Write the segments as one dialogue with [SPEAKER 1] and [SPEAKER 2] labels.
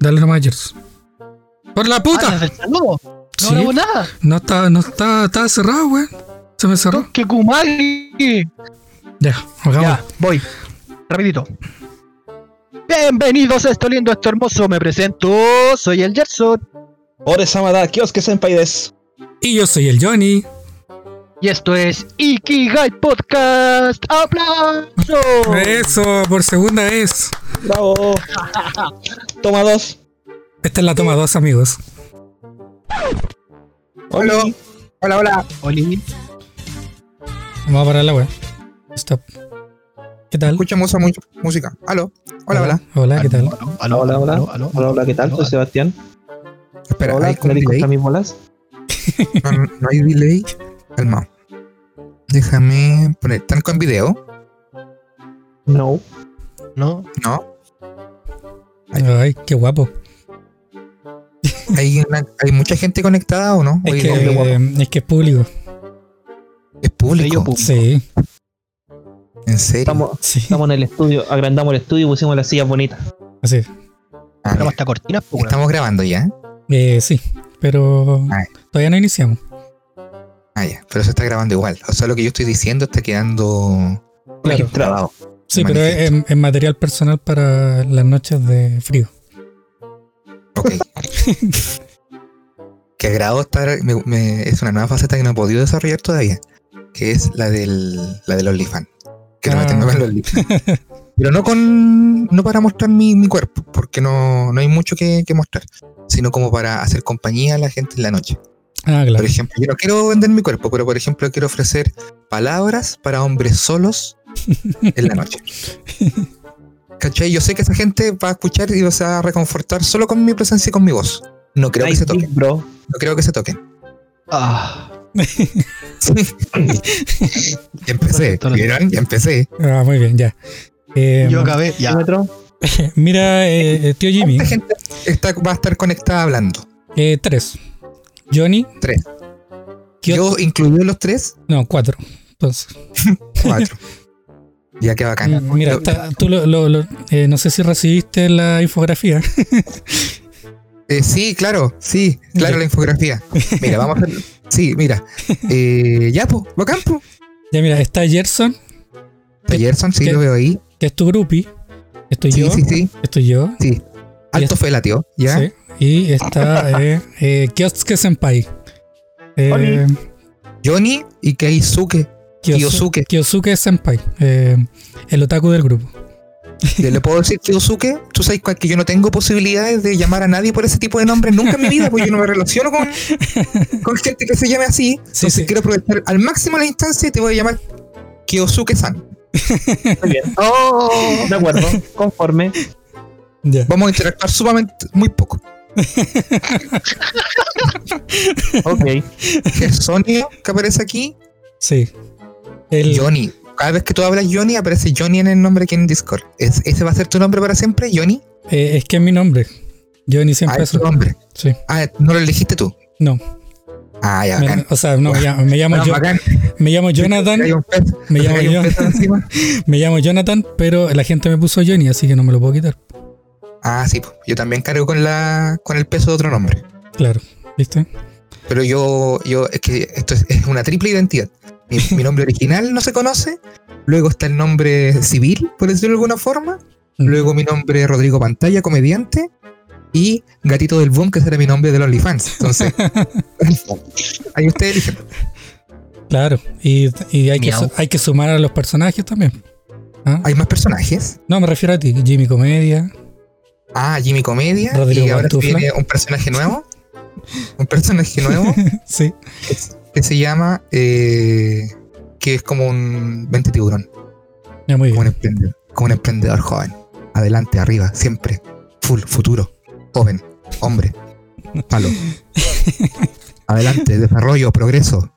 [SPEAKER 1] Dallas Myers. ¡Por la puta!
[SPEAKER 2] Ah, desde el saludo. No
[SPEAKER 1] Sí.
[SPEAKER 2] grabó nada.
[SPEAKER 1] No está, no está, está cerrado, weón. Se me cerró.
[SPEAKER 2] ¡Qué Kumagi!
[SPEAKER 1] Ya,
[SPEAKER 2] Ya,
[SPEAKER 1] hagamos.
[SPEAKER 2] voy. Rapidito. Bienvenidos a Esto Lindo, Esto Hermoso. Me presento. Soy el Gerson.
[SPEAKER 3] Oresamada, Kioske Senpai des.
[SPEAKER 1] Y yo soy el Johnny.
[SPEAKER 2] Y esto es Ikigai Podcast. ¡Aplauso!
[SPEAKER 1] Eso, por segunda vez.
[SPEAKER 3] Oh. Bravo. Toma dos.
[SPEAKER 1] Esta es la toma dos, amigos.
[SPEAKER 3] Hola.
[SPEAKER 4] Hola, hola.
[SPEAKER 2] Oli.
[SPEAKER 1] Vamos a parar la weón. Stop. ¿Qué tal?
[SPEAKER 4] Escucha mucha mu- música. Aló. Hola, hola.
[SPEAKER 1] Hola, ¿qué tal?
[SPEAKER 2] Aló,
[SPEAKER 3] Hola,
[SPEAKER 2] aló,
[SPEAKER 3] hola.
[SPEAKER 2] aló, aló.
[SPEAKER 3] Hola, hola, ¿qué tal?
[SPEAKER 2] Aló,
[SPEAKER 3] Soy
[SPEAKER 2] aló.
[SPEAKER 3] Sebastián.
[SPEAKER 4] Espera,
[SPEAKER 3] Hola,
[SPEAKER 4] ¿hay como
[SPEAKER 3] ¿Clarico
[SPEAKER 4] delay?
[SPEAKER 3] está mis bolas?
[SPEAKER 4] No, no, no hay delay. Calmado. Déjame poner. ¿Están con video?
[SPEAKER 3] No.
[SPEAKER 2] No,
[SPEAKER 4] No.
[SPEAKER 1] Ay, qué guapo.
[SPEAKER 4] ¿Hay, una- ¿hay mucha gente conectada o no?
[SPEAKER 1] Es
[SPEAKER 4] Oye,
[SPEAKER 1] que,
[SPEAKER 4] oye, guapo.
[SPEAKER 1] es que es público.
[SPEAKER 4] es
[SPEAKER 2] Bello
[SPEAKER 4] público.
[SPEAKER 2] público.
[SPEAKER 1] Sí,
[SPEAKER 4] En serio.
[SPEAKER 3] Estamos,
[SPEAKER 1] sí.
[SPEAKER 3] estamos en el estudio, agrandamos el estudio y pusimos las sillas bonitas.
[SPEAKER 1] Así.
[SPEAKER 4] Ah,
[SPEAKER 2] tenemos hasta cortinas, pues, weón.
[SPEAKER 4] Estamos grabando ya.
[SPEAKER 1] Eh, sí, pero
[SPEAKER 4] Ay.
[SPEAKER 1] todavía no iniciamos.
[SPEAKER 4] Ah, ya. Pero se está grabando igual. O sea, lo que yo estoy diciendo está quedando
[SPEAKER 1] Claro.
[SPEAKER 4] grabado.
[SPEAKER 1] Sí,
[SPEAKER 4] Me
[SPEAKER 1] pero es,
[SPEAKER 4] manifiesto.
[SPEAKER 1] es material personal para las noches de frío.
[SPEAKER 4] Ok. que agrado estar. me- me- es una nueva faceta que no he podido desarrollar todavía. Que es la del, la del OnlyFans. Que no
[SPEAKER 1] Ah.
[SPEAKER 4] me tengo con el OnlyFans. Pero no con. No para mostrar mi, mi cuerpo, porque no, no hay mucho que, que mostrar. Sino como para hacer compañía a la gente en la noche.
[SPEAKER 1] Ah,
[SPEAKER 4] Por
[SPEAKER 1] claro.
[SPEAKER 4] ejemplo, yo no quiero vender mi cuerpo, pero por ejemplo quiero ofrecer palabras para hombres solos en la noche. ¿Cachai? Yo sé que esa gente va a escuchar y se va a reconfortar solo con mi presencia y con mi voz. No creo que
[SPEAKER 3] Nice
[SPEAKER 4] se toquen.
[SPEAKER 3] dick, bro.
[SPEAKER 4] No creo que se toquen.
[SPEAKER 2] Ah,
[SPEAKER 4] ya empecé. ¿Vieron? Ya empecé.
[SPEAKER 1] Ah, muy bien, ya. Eh,
[SPEAKER 3] Em,
[SPEAKER 2] yo acabé. Ya.
[SPEAKER 3] Metro.
[SPEAKER 1] mira, eh, eh, tío Jimmy,
[SPEAKER 4] ¿Cuánta gente está- va a estar conectada hablando?
[SPEAKER 1] eh, tres. Johnny,
[SPEAKER 4] Tres.
[SPEAKER 1] Kio-
[SPEAKER 4] Yo incluido los tres,
[SPEAKER 1] no, cuatro. Entonces,
[SPEAKER 4] cuatro. ya que bacán.
[SPEAKER 1] mm, mira,
[SPEAKER 4] Lo-
[SPEAKER 1] está- tú lo, lo- lo- eh, no sé si recibiste la infografía.
[SPEAKER 4] Eh, sí, claro, sí, claro,
[SPEAKER 1] Ya.
[SPEAKER 4] la infografía. Mira, vamos a hacerlo. Sí, mira. Eh, ya, po, bacán, po.
[SPEAKER 1] ya, mira, está Gerson,
[SPEAKER 4] Está Gerson, sí,
[SPEAKER 1] ¿Qué?
[SPEAKER 4] lo veo ahí.
[SPEAKER 1] que es tu groupie. Estoy
[SPEAKER 4] Sí,
[SPEAKER 1] yo,
[SPEAKER 4] sí, sí.
[SPEAKER 1] estoy yo.
[SPEAKER 4] Alto Fela, tío. ¿Ya?
[SPEAKER 1] Sí. Y está eh, eh, Kiosuke Senpai. Eh,
[SPEAKER 3] Oli.
[SPEAKER 4] Johnny y Keisuke.
[SPEAKER 1] Kiyosu-
[SPEAKER 4] Kiyosuke.
[SPEAKER 1] Kiyosuke Senpai, eh, el otaku del grupo.
[SPEAKER 4] Yo le puedo decir Kyosuke. Tú sabes cuál- que yo no tengo posibilidades de llamar a nadie por ese tipo de nombres nunca en mi vida, porque yo no me relaciono con, con gente que se llame así. Entonces
[SPEAKER 1] sí.
[SPEAKER 4] quiero aprovechar al máximo la instancia y te voy a llamar Kyosuke-san.
[SPEAKER 3] Muy bien.
[SPEAKER 2] Oh.
[SPEAKER 3] De acuerdo. Conforme.
[SPEAKER 1] Ya.
[SPEAKER 4] Vamos a interactuar sumamente muy poco.
[SPEAKER 3] Ok.
[SPEAKER 4] Gersonio, que aparece aquí,
[SPEAKER 1] Sí. El,
[SPEAKER 4] Johnny. Cada vez que tú hablas Johnny, aparece Johnny en el nombre aquí en Discord. ¿Es- ¿Ese va a ser tu nombre para siempre, Johnny?
[SPEAKER 1] eh, es que es mi nombre. Yo ni siempre
[SPEAKER 4] ah, es
[SPEAKER 1] eso.
[SPEAKER 4] tu nombre.
[SPEAKER 1] Sí.
[SPEAKER 4] Ah, ¿no lo elegiste tú?
[SPEAKER 1] No.
[SPEAKER 4] Ah, ya,
[SPEAKER 1] Me-
[SPEAKER 4] bacán.
[SPEAKER 1] o sea, no, me llamo, me llamo
[SPEAKER 4] Ah,
[SPEAKER 1] Jo-
[SPEAKER 4] bacán.
[SPEAKER 1] me llamo
[SPEAKER 4] Hay
[SPEAKER 1] Jonathan,
[SPEAKER 4] un peso,
[SPEAKER 1] me llamo,
[SPEAKER 4] hay un
[SPEAKER 1] Jo-
[SPEAKER 4] peso encima.
[SPEAKER 1] me llamo Jonathan, pero la gente me puso Johnny, así que no me lo puedo quitar.
[SPEAKER 4] Ah, sí, po. yo también cargo con la con el peso de otro nombre.
[SPEAKER 1] Claro, ¿viste?
[SPEAKER 4] Pero yo, yo es que esto es, es una triple identidad. Mi, mi nombre original no se conoce, luego está el nombre civil, por decirlo de alguna forma,
[SPEAKER 1] Mm.
[SPEAKER 4] luego mi nombre es Rodrigo Pantalla, comediante, y Gatito del Boom, que será mi nombre de los OnlyFans. Entonces, ahí ustedes eligen.
[SPEAKER 1] Claro, y, y hay, que
[SPEAKER 4] Miau.
[SPEAKER 1] su- hay que sumar a los personajes también. ¿Ah?
[SPEAKER 4] Hay más personajes.
[SPEAKER 1] No, me refiero a ti, Jimmy Comedia.
[SPEAKER 4] Ah, Jimmy Comedia,
[SPEAKER 1] Rodrigo
[SPEAKER 4] y ahora se
[SPEAKER 1] Pantufla.
[SPEAKER 4] viene un personaje nuevo, un personaje nuevo
[SPEAKER 1] Sí,
[SPEAKER 4] que se llama, eh, que es como un 20 tiburón.
[SPEAKER 1] ya muy
[SPEAKER 4] como un
[SPEAKER 1] bien.
[SPEAKER 4] emprendedor, como un emprendedor joven. Adelante, arriba, siempre. Full, futuro, joven, hombre, palo. Adelante, desarrollo, progreso,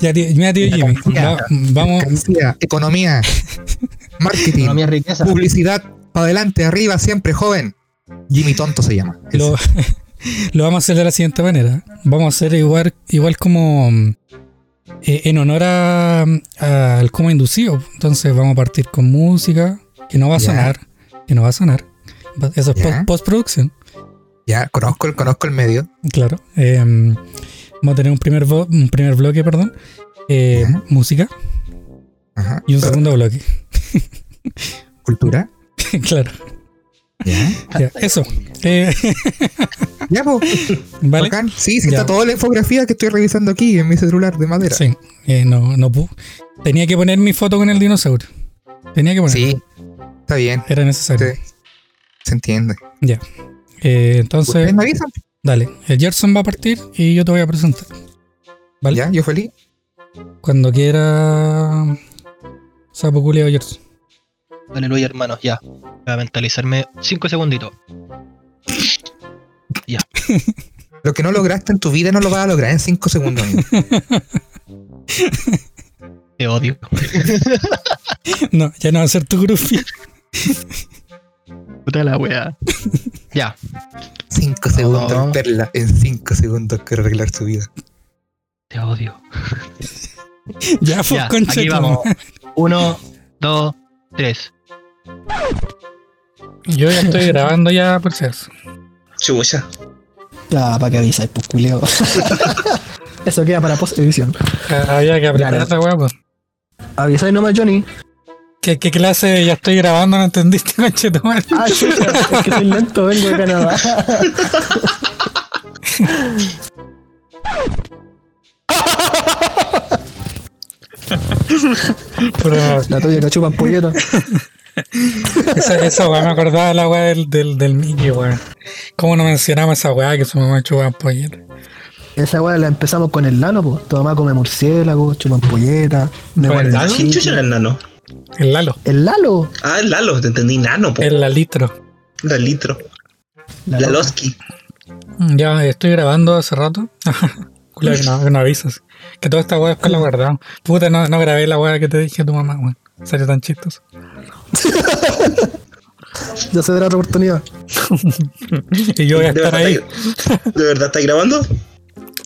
[SPEAKER 1] Ya, tío- mira, tío Jimmy,
[SPEAKER 2] confía.
[SPEAKER 1] va- vamos,
[SPEAKER 4] mercancía, economía, marketing,
[SPEAKER 2] Economía es riqueza.
[SPEAKER 4] publicidad. Adelante, arriba, siempre, joven. Jimmy Tonto se llama.
[SPEAKER 1] lo, lo vamos a hacer de la siguiente manera. Vamos a hacer igual, igual como mm, eh, en honor a- a- al coma inducido. Entonces vamos a partir con música que no va a
[SPEAKER 4] Ya.
[SPEAKER 1] sonar, que no va a sonar. Eso es
[SPEAKER 4] Ya.
[SPEAKER 1] post- postproducción.
[SPEAKER 4] Ya, conozco, el- conozco el medio.
[SPEAKER 1] Claro. Eh, vamos a tener un primer, bo- un primer bloque, perdón. eh,
[SPEAKER 4] Ya.
[SPEAKER 1] Música
[SPEAKER 4] Ajá.
[SPEAKER 1] y un segundo bloque.
[SPEAKER 4] Cultura.
[SPEAKER 1] claro.
[SPEAKER 4] Ya.
[SPEAKER 1] Ya, eso. Eh,
[SPEAKER 4] Ya, po.
[SPEAKER 1] ¿Vale?
[SPEAKER 4] Bacán. Sí, sí
[SPEAKER 1] Ya.
[SPEAKER 4] está toda la infografía que estoy revisando aquí en mi celular de madera.
[SPEAKER 1] Sí. Eh, no, no pude. Tenía que poner mi foto con el dinosaurio. Tenía que poner.
[SPEAKER 4] Sí, está bien.
[SPEAKER 1] Era necesario.
[SPEAKER 4] Se, se entiende.
[SPEAKER 1] Eh, entonces,
[SPEAKER 4] Ustedes me avisan.
[SPEAKER 1] dale. El Gerson va a partir y yo te voy a presentar. ¿Vale?
[SPEAKER 4] Ya, yo feliz.
[SPEAKER 1] Cuando quiera. Sapo culiao Gerson.
[SPEAKER 2] Aleluya, hermanos, ya. Voy a mentalizarme cinco segunditos.
[SPEAKER 4] Lo que no lograste en tu vida no lo vas a lograr en 5 segundos. amigo.
[SPEAKER 2] Te odio.
[SPEAKER 1] No, ya no va a ser tu groupie.
[SPEAKER 2] Puta la wea. ya.
[SPEAKER 4] 5 segundos,
[SPEAKER 2] No.
[SPEAKER 4] Perla. En 5 segundos quiero arreglar tu vida.
[SPEAKER 2] Te odio.
[SPEAKER 1] ya fue
[SPEAKER 2] Ya,
[SPEAKER 1] concha.
[SPEAKER 2] aquí
[SPEAKER 1] tu
[SPEAKER 2] vamos.
[SPEAKER 1] madre.
[SPEAKER 2] Uno, dos, tres.
[SPEAKER 1] Yo ya estoy grabando ya por si acaso.
[SPEAKER 3] Chucha.
[SPEAKER 5] Ya, para que avisáis, pues culeo. Eso queda para post-edición.
[SPEAKER 1] Ah, Había que apretar
[SPEAKER 5] Claro.
[SPEAKER 1] esta weá, pues.
[SPEAKER 5] Avisáis nomás, Johnny.
[SPEAKER 1] ¿Qué, qué clase de ya estoy grabando? ¿No entendiste, concha tu madre?
[SPEAKER 5] Ah, sí, es que soy lento, vengo de Canadá.
[SPEAKER 1] Pero
[SPEAKER 5] La tuya que chupan polleto.
[SPEAKER 1] esa, esa weá me acordaba de la weá del, del, del Mickey, weón. ¿Cómo no mencionamos esa weá que su mamá chupaba ayer?
[SPEAKER 5] Esa weá la empezamos con el nano, pues. Tu mamá come murciélago, chupan polleta. me
[SPEAKER 1] ¿Con el
[SPEAKER 5] guardan
[SPEAKER 1] nano?
[SPEAKER 5] chicle.
[SPEAKER 6] ¿Quién chucha Ah, era el nano?
[SPEAKER 1] El Lalo,
[SPEAKER 5] El Lalo.
[SPEAKER 6] Ah, el Lalo, te entendí, nano,
[SPEAKER 3] Eh.
[SPEAKER 6] po.
[SPEAKER 1] el Lalitro.
[SPEAKER 6] La litro.
[SPEAKER 5] La
[SPEAKER 6] La
[SPEAKER 5] loca.
[SPEAKER 6] Loski.
[SPEAKER 1] Mm, Ya estoy grabando hace rato. Culo que no, que no avisas. Que toda esta weá después la guardamos. Puta, no, no grabé la weá que te dije a tu mamá, weón. Salió tan chistoso.
[SPEAKER 5] Ya se dará otra oportunidad.
[SPEAKER 1] Y yo voy a estar ahí.
[SPEAKER 6] ¿De verdad está grabando?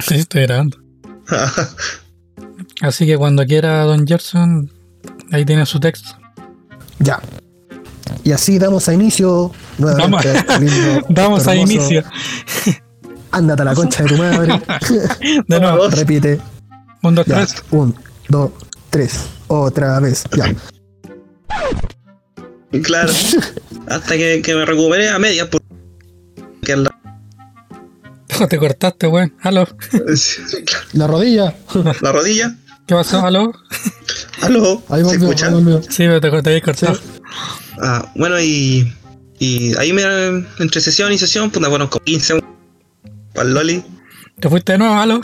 [SPEAKER 1] Sí, estoy grabando. Así que cuando quiera Don Gerson, ahí tiene su texto.
[SPEAKER 5] Ya. Y así damos a inicio nuevamente.
[SPEAKER 1] Damos-
[SPEAKER 5] a este lindo,
[SPEAKER 1] Damos a
[SPEAKER 5] hermoso.
[SPEAKER 1] inicio.
[SPEAKER 5] Ándate a la concha de tu madre.
[SPEAKER 1] De nuevo,
[SPEAKER 6] Dos.
[SPEAKER 5] Repite.
[SPEAKER 1] un, dos,
[SPEAKER 5] Ya.
[SPEAKER 1] tres.
[SPEAKER 5] Un, dos, tres. Otra vez. Ya.
[SPEAKER 6] Claro. Hasta que, que me recupere a medias. Por... que al-
[SPEAKER 1] Te cortaste, weón. Aló.
[SPEAKER 5] La rodilla.
[SPEAKER 6] La rodilla.
[SPEAKER 1] ¿Qué pasó? ¿Aló?
[SPEAKER 6] Aló.
[SPEAKER 5] Ahí
[SPEAKER 6] ¿Se
[SPEAKER 5] volvió,
[SPEAKER 6] escucha?
[SPEAKER 5] ahí volvió.
[SPEAKER 1] Sí, pero te corté ahí cortado.
[SPEAKER 6] Ah, bueno, y, y ahí me entre sesión y sesión, puta, bueno, con 15 para el Loli.
[SPEAKER 1] Te fuiste de nuevo, aló.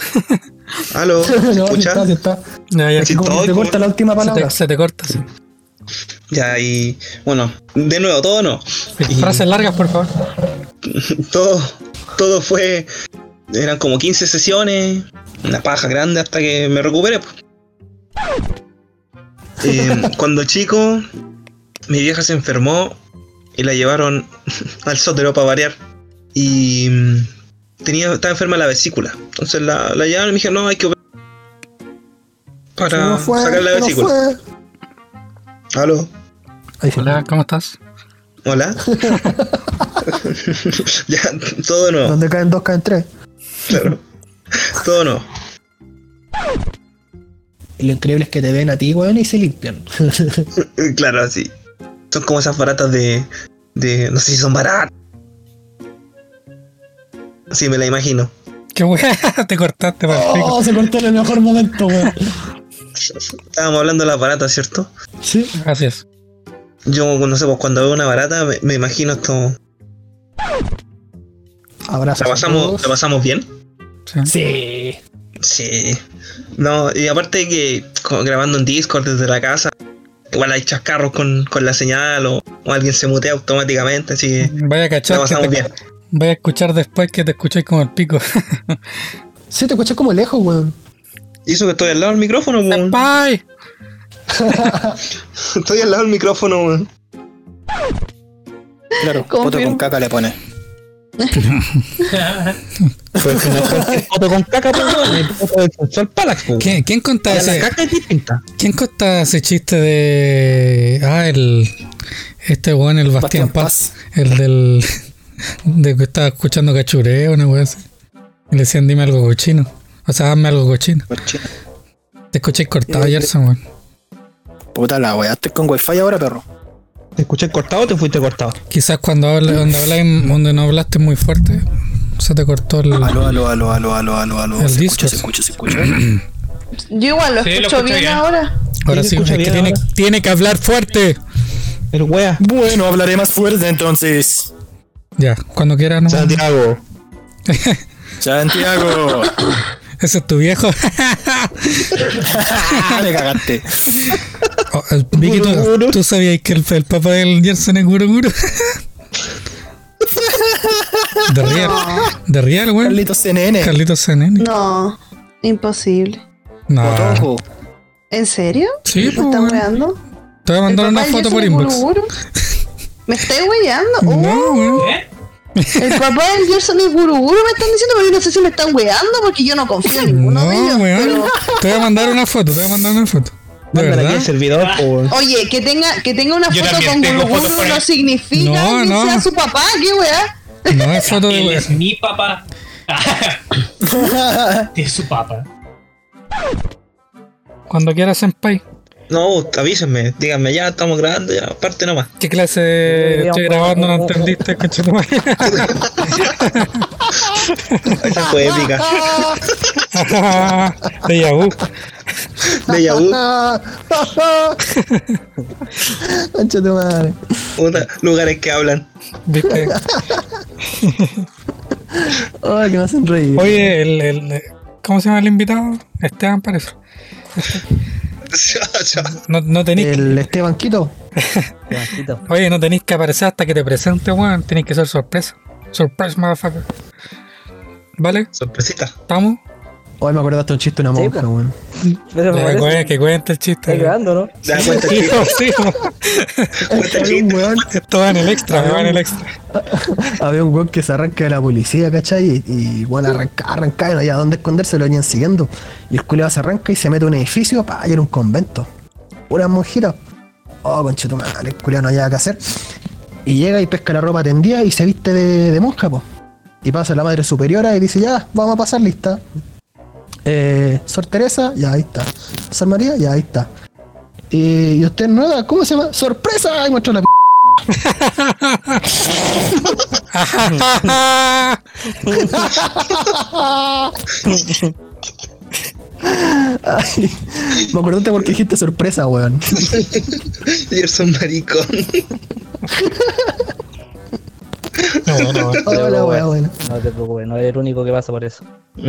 [SPEAKER 6] Aló, ¿se
[SPEAKER 5] No, sí
[SPEAKER 6] escucha?
[SPEAKER 5] está, sí está.
[SPEAKER 1] Ya, ya.
[SPEAKER 6] Sí,
[SPEAKER 5] Así como
[SPEAKER 6] todo
[SPEAKER 5] que te
[SPEAKER 6] como-
[SPEAKER 5] corta la última
[SPEAKER 1] Se te,
[SPEAKER 5] palabra.
[SPEAKER 1] se te corta, sí.
[SPEAKER 6] Ya, y bueno, de nuevo, todo no.
[SPEAKER 1] Sí, Frases largas, por favor.
[SPEAKER 6] todo, todo fue. Eran como 15 sesiones, una paja grande hasta que me recuperé. po. Eh, cuando chico, mi vieja se enfermó y la llevaron al sótero para variar. Y mm, tenía, estaba enferma la vesícula. Entonces la, la llevaron y me dijeron, no, hay que operar para
[SPEAKER 5] No fue,
[SPEAKER 6] sacar la
[SPEAKER 5] no
[SPEAKER 6] vesícula.
[SPEAKER 5] fue.
[SPEAKER 6] Aló,
[SPEAKER 5] Ahí sí.
[SPEAKER 1] Hola, ¿cómo estás?
[SPEAKER 6] hola. ya, todo de nuevo.
[SPEAKER 5] Donde caen dos, caen tres.
[SPEAKER 6] Claro. Todo no.
[SPEAKER 5] Y lo increíble es que te ven a ti, weón, y se limpian.
[SPEAKER 6] Eh, Claro, sí. Son como esas baratas de. de. no sé si son baratas. Sí, me la imagino.
[SPEAKER 1] Qué weá, te cortaste, para
[SPEAKER 5] oh, se cortó en el mejor momento, weón.
[SPEAKER 6] Estábamos hablando de las baratas, ¿cierto?
[SPEAKER 5] Sí.
[SPEAKER 1] Así es.
[SPEAKER 6] Yo no sé, pues cuando veo una barata me, me imagino esto.
[SPEAKER 5] Abrazo.
[SPEAKER 6] ¿La pasamos, ¿La pasamos bien?
[SPEAKER 1] Sí.
[SPEAKER 5] Sí.
[SPEAKER 6] Sí. No, y aparte que co- grabando en Discord desde la casa, igual hay chascarros con, con la señal o, o alguien se mutea automáticamente, así que
[SPEAKER 1] Vaya a
[SPEAKER 6] la
[SPEAKER 1] cachar, que
[SPEAKER 6] pasamos
[SPEAKER 1] te-
[SPEAKER 6] bien.
[SPEAKER 1] vaya a escuchar después que te escucháis como el pico.
[SPEAKER 5] Sí, te escuchas como lejos, weón.
[SPEAKER 6] Y eso que estoy al lado del micrófono, weón.
[SPEAKER 1] ¡Bye!
[SPEAKER 6] Estoy al lado del micrófono, weón.
[SPEAKER 7] Claro, poto con caca le pone.
[SPEAKER 3] Pues si no cualquier foto con caca, pues weón, el foto del sensor Palax, pues,
[SPEAKER 1] ¿Quién, quién contaba
[SPEAKER 3] weón. Ya
[SPEAKER 1] ese,
[SPEAKER 3] La caca es distinta.
[SPEAKER 1] ¿Quién contaba ese chiste de. Ah, el. Este weón, el Bastián Paz.
[SPEAKER 5] Bastián
[SPEAKER 1] El del. De que estaba escuchando cachureo, una weá así. Y le decían, dime algo cochino. O sea, dame algo cochino. Te escuché cortado,
[SPEAKER 5] Eh,
[SPEAKER 1] Gerson, weón.
[SPEAKER 5] Puta la weá, estoy con wifi ahora, perro.
[SPEAKER 3] ¿Te escuché cortado o te fuiste cortado?
[SPEAKER 1] Quizás cuando hablas, donde hablas, donde no hablaste muy fuerte, se te cortó el.
[SPEAKER 5] Aló, aló, aló, aló, aló, aló, aló.
[SPEAKER 1] El
[SPEAKER 5] Se escucha,
[SPEAKER 1] Discord.
[SPEAKER 5] se escucha, se escucha.
[SPEAKER 7] Yo igual lo
[SPEAKER 8] Sí, lo
[SPEAKER 7] escucho,
[SPEAKER 8] escucho
[SPEAKER 7] bien,
[SPEAKER 8] bien.
[SPEAKER 7] ahora.
[SPEAKER 1] Ahora
[SPEAKER 3] Sí,
[SPEAKER 1] sí,
[SPEAKER 3] escucha
[SPEAKER 1] es que
[SPEAKER 3] bien
[SPEAKER 1] tiene,
[SPEAKER 3] ahora.
[SPEAKER 1] tiene que hablar fuerte.
[SPEAKER 3] El wea.
[SPEAKER 5] Bueno, hablaré más fuerte entonces.
[SPEAKER 1] Ya, cuando quieras, no.
[SPEAKER 5] Santiago. Santiago.
[SPEAKER 1] Ese es tu viejo.
[SPEAKER 5] Me cagaste.
[SPEAKER 1] Oh, el- Vicky, ¿tú,
[SPEAKER 3] Guru, guru.
[SPEAKER 1] tú sabías que el, el papá del Gerson es Guru Guru? De real, de real, güey.
[SPEAKER 5] Carlitos CNN.
[SPEAKER 1] Carlitos CNN.
[SPEAKER 7] No, imposible.
[SPEAKER 1] No.
[SPEAKER 5] Otojo.
[SPEAKER 7] ¿En serio?
[SPEAKER 1] Sí,
[SPEAKER 7] ¿Me
[SPEAKER 1] pues,
[SPEAKER 7] están
[SPEAKER 1] güey.
[SPEAKER 7] weando?
[SPEAKER 1] Te voy a
[SPEAKER 7] ¿El
[SPEAKER 1] mandar
[SPEAKER 7] papá
[SPEAKER 1] una
[SPEAKER 7] del
[SPEAKER 1] foto
[SPEAKER 7] Jason
[SPEAKER 1] por
[SPEAKER 7] es
[SPEAKER 1] inbox.
[SPEAKER 7] guruguru? ¿Me estoy weyando? Uh,
[SPEAKER 1] No, güey.
[SPEAKER 7] El papá del Gerson es guruguru, me están diciendo, pero yo no sé si me están weando porque yo no confío en ninguno de
[SPEAKER 1] No,
[SPEAKER 7] ellos.
[SPEAKER 1] güey.
[SPEAKER 7] pero-
[SPEAKER 1] Te voy a mandar una foto, te voy a mandar una foto. De
[SPEAKER 3] Mándala aquí al
[SPEAKER 1] verdad.
[SPEAKER 3] servidor, po, weón.
[SPEAKER 7] Oye, que tenga, que tenga una
[SPEAKER 8] Yo
[SPEAKER 7] foto
[SPEAKER 8] también
[SPEAKER 7] con
[SPEAKER 8] tengo fotos
[SPEAKER 7] guruguru
[SPEAKER 8] con
[SPEAKER 7] no
[SPEAKER 8] él.
[SPEAKER 7] significa
[SPEAKER 1] No,
[SPEAKER 7] que
[SPEAKER 1] no.
[SPEAKER 7] sea su papá, qué weá.
[SPEAKER 1] No es foto de
[SPEAKER 8] Él
[SPEAKER 1] güey.
[SPEAKER 8] es mi papá. es su papá.
[SPEAKER 1] Cuando quieras, Senpai.
[SPEAKER 6] No, avísenme, díganme, ya estamos grabando, ya, parte nomás.
[SPEAKER 1] ¿Qué clase estoy grabando?
[SPEAKER 7] eh,
[SPEAKER 1] ¿No entendiste? coche tu madre?
[SPEAKER 6] Esa fue épica.
[SPEAKER 1] De Yahoo.
[SPEAKER 6] Deja vu,
[SPEAKER 5] Concha tu madre.
[SPEAKER 6] puta, lugares que hablan.
[SPEAKER 1] ¿Viste?
[SPEAKER 5] Ay, que me hacen reír.
[SPEAKER 1] Oye, el, el- ¿cómo se llama el invitado? Esteban parece. No, no tenéis,
[SPEAKER 5] El Esteban Quito.
[SPEAKER 1] oye, no tenéis que aparecer hasta que te presente, weón. Tenéis que ser sorpresa. Surprise, motherfucker. ¿Vale?
[SPEAKER 6] Sorpresita.
[SPEAKER 1] ¿Estamos?
[SPEAKER 5] Hoy me acordaste un chiste de una
[SPEAKER 9] Sí,
[SPEAKER 5] monja,
[SPEAKER 9] po.
[SPEAKER 5] weón.
[SPEAKER 9] Pero me
[SPEAKER 1] Ya,
[SPEAKER 9] parece
[SPEAKER 1] güey, que cuente el chiste.
[SPEAKER 9] que está grabando, ¿no?
[SPEAKER 6] ¿Te das cuenta,
[SPEAKER 1] Sí,
[SPEAKER 6] chico?
[SPEAKER 1] po, sí, po.
[SPEAKER 6] Cuenta,
[SPEAKER 5] Había
[SPEAKER 6] chico.
[SPEAKER 5] un weón,
[SPEAKER 1] Esto va en el extra, va en el extra.
[SPEAKER 5] había un weón que se arranca de la policía, ¿cachai? Y, y bueno, arranca, arranca, y no había dónde esconderse, lo venían siguiendo. Y el culiado se arranca y se mete a un edificio, pa, y era un convento. Puras monjitas. Oh, conchetumadre, el culiado no había qué hacer. Y llega y pesca la ropa tendida y se viste de, de monja, po. Y pasa la madre superiora y dice, ya, vamos a pasar lista. Eh, Sor Teresa, ya ahí está. Sor María, ya ahí está. Y, y usted es nueva, ¿cómo se llama? ¡Sorpresa! Y muestra la p. Ay, me acordaste porque dijiste sorpresa, weón.
[SPEAKER 6] Gerson maricón.
[SPEAKER 1] No, bueno, bueno.
[SPEAKER 5] Hola, weón, weón.
[SPEAKER 9] No te preocupes, no eres el único que pasa por eso.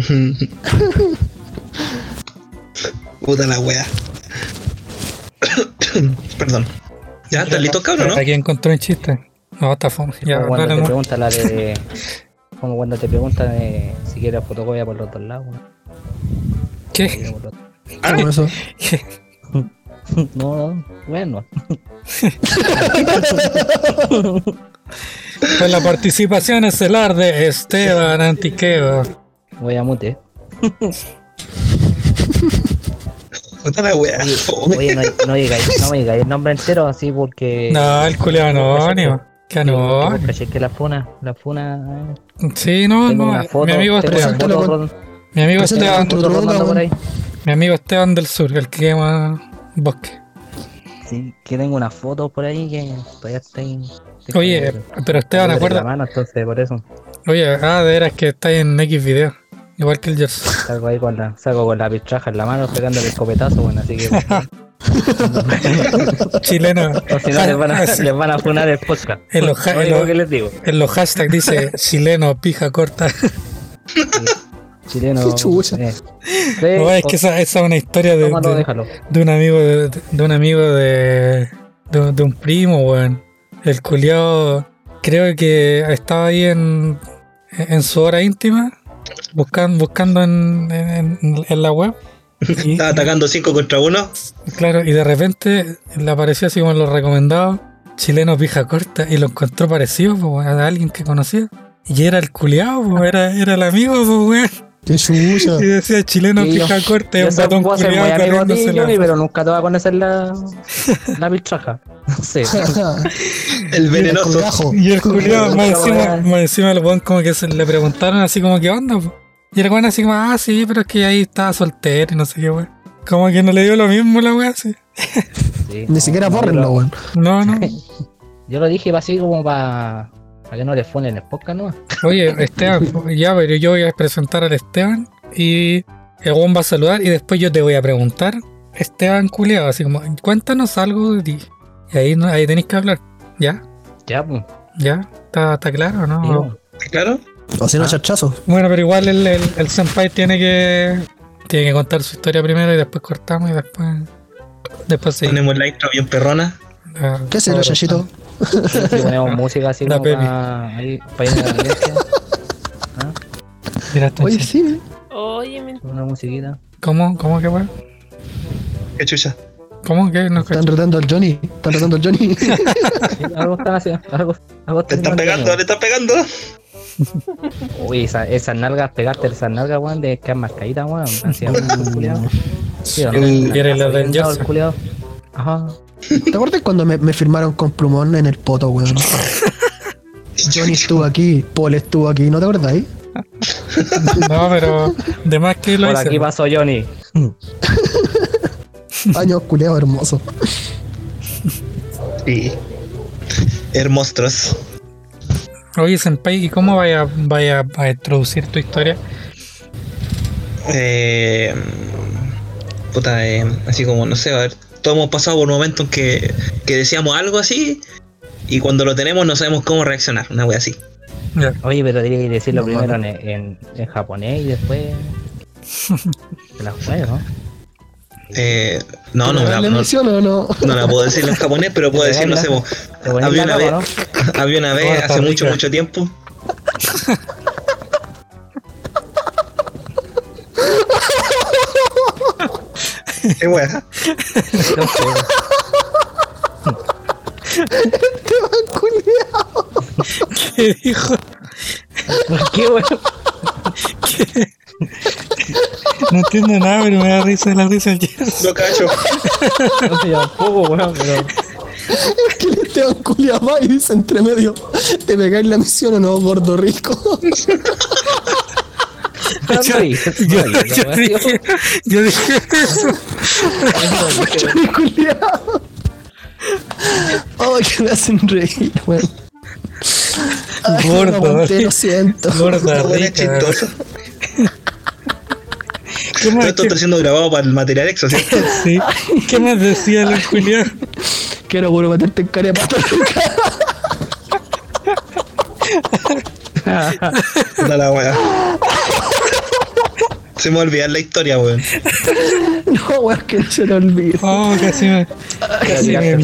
[SPEAKER 6] Puta la wea. Perdón. Ya, estás listo, cabrón, ¿no?
[SPEAKER 1] Aquí encontré un chiste. No, está fome. Ya,
[SPEAKER 9] como cuando
[SPEAKER 1] dale,
[SPEAKER 9] te
[SPEAKER 1] no.
[SPEAKER 9] preguntan la de. Como cuando te preguntan eh, si quieres fotocopia por los dos lados. ¿no?
[SPEAKER 1] ¿Qué?
[SPEAKER 9] Por los-
[SPEAKER 6] Ah.
[SPEAKER 5] ¿Cómo eso?
[SPEAKER 9] No, no, bueno.
[SPEAKER 1] Con Pues la participación estelar de Esteban Antiqueva.
[SPEAKER 9] Voy a mute.
[SPEAKER 6] Puta la wea. Oh,
[SPEAKER 9] Oye,
[SPEAKER 6] Fome.
[SPEAKER 9] oye, no, no digáis, no me digáis el nombre entero así porque.
[SPEAKER 1] No, el culeo anónimo. Que
[SPEAKER 9] no.
[SPEAKER 1] anónimo.
[SPEAKER 9] Caché que la funa, la funa. eh,
[SPEAKER 1] Sí, no,
[SPEAKER 9] Tengo
[SPEAKER 1] no.
[SPEAKER 9] una foto.
[SPEAKER 1] Mi amigo
[SPEAKER 9] tengo
[SPEAKER 1] Esteban.
[SPEAKER 9] una foto
[SPEAKER 5] Esteban.
[SPEAKER 9] ro-
[SPEAKER 1] Mi amigo
[SPEAKER 5] Presenta
[SPEAKER 1] Esteban.
[SPEAKER 5] otro
[SPEAKER 9] foto rondando por ahí.
[SPEAKER 1] Mi amigo Esteban del Sur, el que quema bosque.
[SPEAKER 9] Sí, que tengo una foto por ahí que todavía está ahí.
[SPEAKER 1] Oye, pero Esteban,
[SPEAKER 9] Tengo la
[SPEAKER 1] acuerda.
[SPEAKER 9] mano, entonces por eso.
[SPEAKER 1] Oye, ah, de veras que está en X video. Igual que el Gerson.
[SPEAKER 9] Salgo ahí con la, salgo con la pitraja en la mano pegando el escopetazo, bueno, así que.
[SPEAKER 1] Chileno. Ah,
[SPEAKER 9] o si no, les van a, les van a funar el podcast.
[SPEAKER 1] En los ja-
[SPEAKER 9] Lo
[SPEAKER 1] en
[SPEAKER 9] único
[SPEAKER 1] los-
[SPEAKER 9] que les digo.
[SPEAKER 1] En los hashtags dice chileno, pija corta.
[SPEAKER 9] Chileno.
[SPEAKER 5] Chucha.
[SPEAKER 9] eh, ve,
[SPEAKER 1] No, es
[SPEAKER 9] o-
[SPEAKER 1] que esa, esa es una historia de,
[SPEAKER 9] tómalo,
[SPEAKER 1] de-
[SPEAKER 9] déjalo.
[SPEAKER 1] de un amigo de, de un amigo de, de, de un primo, weón. El culiao creo que estaba ahí en, en su hora íntima, buscan, buscando en, en- en- en la web. Y,
[SPEAKER 6] Estaba atacando 5 contra 1.
[SPEAKER 1] claro, y de repente le apareció así como en los recomendados, chileno pija corta, y lo encontró parecido po, weón, a alguien que conocía. Y era el culiao, po, era, era el amigo, po, weón.
[SPEAKER 3] Qué chucha.
[SPEAKER 1] Y decía chileno
[SPEAKER 9] Y yo-
[SPEAKER 1] pija corte,
[SPEAKER 9] Yo
[SPEAKER 1] un
[SPEAKER 9] soy-
[SPEAKER 1] batón
[SPEAKER 9] puedo ser
[SPEAKER 1] culiao
[SPEAKER 9] muy amigo de ti,
[SPEAKER 1] corriéndosela.
[SPEAKER 9] Johnny, pero nunca te va a conocer la, la piltraja. No sé.
[SPEAKER 6] El venenoso.
[SPEAKER 1] Y el culiao,
[SPEAKER 9] Puta
[SPEAKER 1] más encima,
[SPEAKER 9] weá.
[SPEAKER 1] más encima el weón como que se le preguntaron así como qué onda, po. Y el weón así como, ah, sí, pero es que ahí estaba soltero y no sé qué, weón. Como que no le dio lo mismo la weá, así.
[SPEAKER 9] Sí,
[SPEAKER 5] Ni
[SPEAKER 9] no,
[SPEAKER 5] siquiera
[SPEAKER 9] no,
[SPEAKER 5] bórrenlo,
[SPEAKER 9] yo-
[SPEAKER 5] weón.
[SPEAKER 1] No, no.
[SPEAKER 9] Yo lo dije así como para que no le funen el podcast, ¿no?
[SPEAKER 1] Oye, Esteban, ya, pero yo voy a presentar al Esteban y el weón va a saludar y después yo te voy a preguntar, Esteban culiao, así como, cuéntanos algo de ti. Y ahí, no- ahí tenéis que hablar. ¿Ya?
[SPEAKER 9] Ya, pues.
[SPEAKER 1] ¿Ya? ¿Está, está claro o no?
[SPEAKER 9] digo,
[SPEAKER 6] Claro.
[SPEAKER 5] O si no, chachazo.
[SPEAKER 1] Bueno, pero igual el, el, el senpai tiene que tiene que contar su historia primero y después cortamos y después después ah, sí.
[SPEAKER 6] Ponemos la intro bien perrona.
[SPEAKER 1] La-
[SPEAKER 5] ¿Qué será, chachito?
[SPEAKER 9] si ponemos música así
[SPEAKER 1] La
[SPEAKER 9] como
[SPEAKER 1] Pepi.
[SPEAKER 9] para ir pa' ir a la iglesia,
[SPEAKER 1] Mira esta
[SPEAKER 5] Oye,
[SPEAKER 1] chica.
[SPEAKER 5] sí.
[SPEAKER 8] Oye, men-
[SPEAKER 9] una musiquita.
[SPEAKER 1] ¿Cómo? ¿Cómo que fue?
[SPEAKER 6] Qué chucha.
[SPEAKER 1] ¿Cómo que no
[SPEAKER 5] Están
[SPEAKER 1] cacho?
[SPEAKER 5] retando al Johnny. Están retando al Johnny.
[SPEAKER 9] Sí, Algo están haciendo, algo, algo
[SPEAKER 6] Te están pegando,
[SPEAKER 9] haciendo
[SPEAKER 6] le
[SPEAKER 9] daño.
[SPEAKER 6] están pegando.
[SPEAKER 9] Uy, esa- esas nalgas, pegarte esas nalgas, weón, de quedar marcaditas, weón. Así, weón, culiao. Sí, ¿o no?
[SPEAKER 1] El- ¿Quieres la
[SPEAKER 9] Bien
[SPEAKER 1] del
[SPEAKER 9] dado
[SPEAKER 1] Jersey?
[SPEAKER 9] el culiao. Ajá.
[SPEAKER 5] ¿Te acuerdas cuando me, me firmaron con plumón en el poto, weón? Johnny estuvo aquí, Paul estuvo aquí, ¿no te acuerdas ahí?
[SPEAKER 1] No, pero de más que lo
[SPEAKER 9] Por aquí
[SPEAKER 1] hice.
[SPEAKER 9] pasó Johnny.
[SPEAKER 5] Años culeados hermosos.
[SPEAKER 6] Sí. Er Hermostros.
[SPEAKER 1] Oye, senpai, ¿y cómo vaya vaya a introducir tu historia?
[SPEAKER 6] Eh, puta, eh, así como, no sé, a ver, todos hemos pasado por momentos en que, que decíamos algo así y cuando lo tenemos no sabemos cómo reaccionar, una wea así.
[SPEAKER 1] Ya.
[SPEAKER 9] Oye, pero diría que decirlo primero en, en, en japonés y después. Se la juego, ¿no?
[SPEAKER 6] Eh, no, no, me la-
[SPEAKER 5] ¿Le
[SPEAKER 6] no,
[SPEAKER 5] menciono o no?
[SPEAKER 6] no la puedo decir en japonés, pero puedo
[SPEAKER 9] Te
[SPEAKER 6] decir, no sé,
[SPEAKER 9] pegáis Te ponéis
[SPEAKER 6] había
[SPEAKER 9] la
[SPEAKER 6] una vez,
[SPEAKER 9] capa,
[SPEAKER 6] había una
[SPEAKER 1] Oh,
[SPEAKER 6] vez
[SPEAKER 1] está
[SPEAKER 6] hace mucho,
[SPEAKER 1] rica.
[SPEAKER 6] mucho tiempo. Qué wea.
[SPEAKER 9] ¿no?
[SPEAKER 1] ¿Qué dijo?
[SPEAKER 9] ¿Por qué, weón?
[SPEAKER 1] No entiendo nada, pero me da risa la risa del Jersey.
[SPEAKER 6] Lo cacho.
[SPEAKER 9] No sé, yo tampoco, weón, pero.
[SPEAKER 5] que le Esteban culiado va y dice entre medio, te pegáis la misión o no, gordo rico.
[SPEAKER 9] Yo
[SPEAKER 1] Yo, yo- yo dije, yo dije eso.
[SPEAKER 5] Johnny culiado. Oh, que me hacen reír, weón. Ay,
[SPEAKER 1] Gordo,
[SPEAKER 5] no aguanté,
[SPEAKER 1] rico.
[SPEAKER 5] lo siento.
[SPEAKER 1] Gorda,
[SPEAKER 6] Wea
[SPEAKER 1] rica.
[SPEAKER 6] chistoso.
[SPEAKER 1] ¿Qué
[SPEAKER 6] Todo
[SPEAKER 1] más,
[SPEAKER 6] esto está siendo grabado para el material extra, ¿cierto?
[SPEAKER 1] sí. ¿Qué más decía el Julián?
[SPEAKER 5] Quiero puro meterte en cara de pato.
[SPEAKER 6] Puta la wea. Se me va a olvidar la historia, weón.
[SPEAKER 5] No, weón, que se lo olvido.
[SPEAKER 1] Oh, casi me. Casi me vi.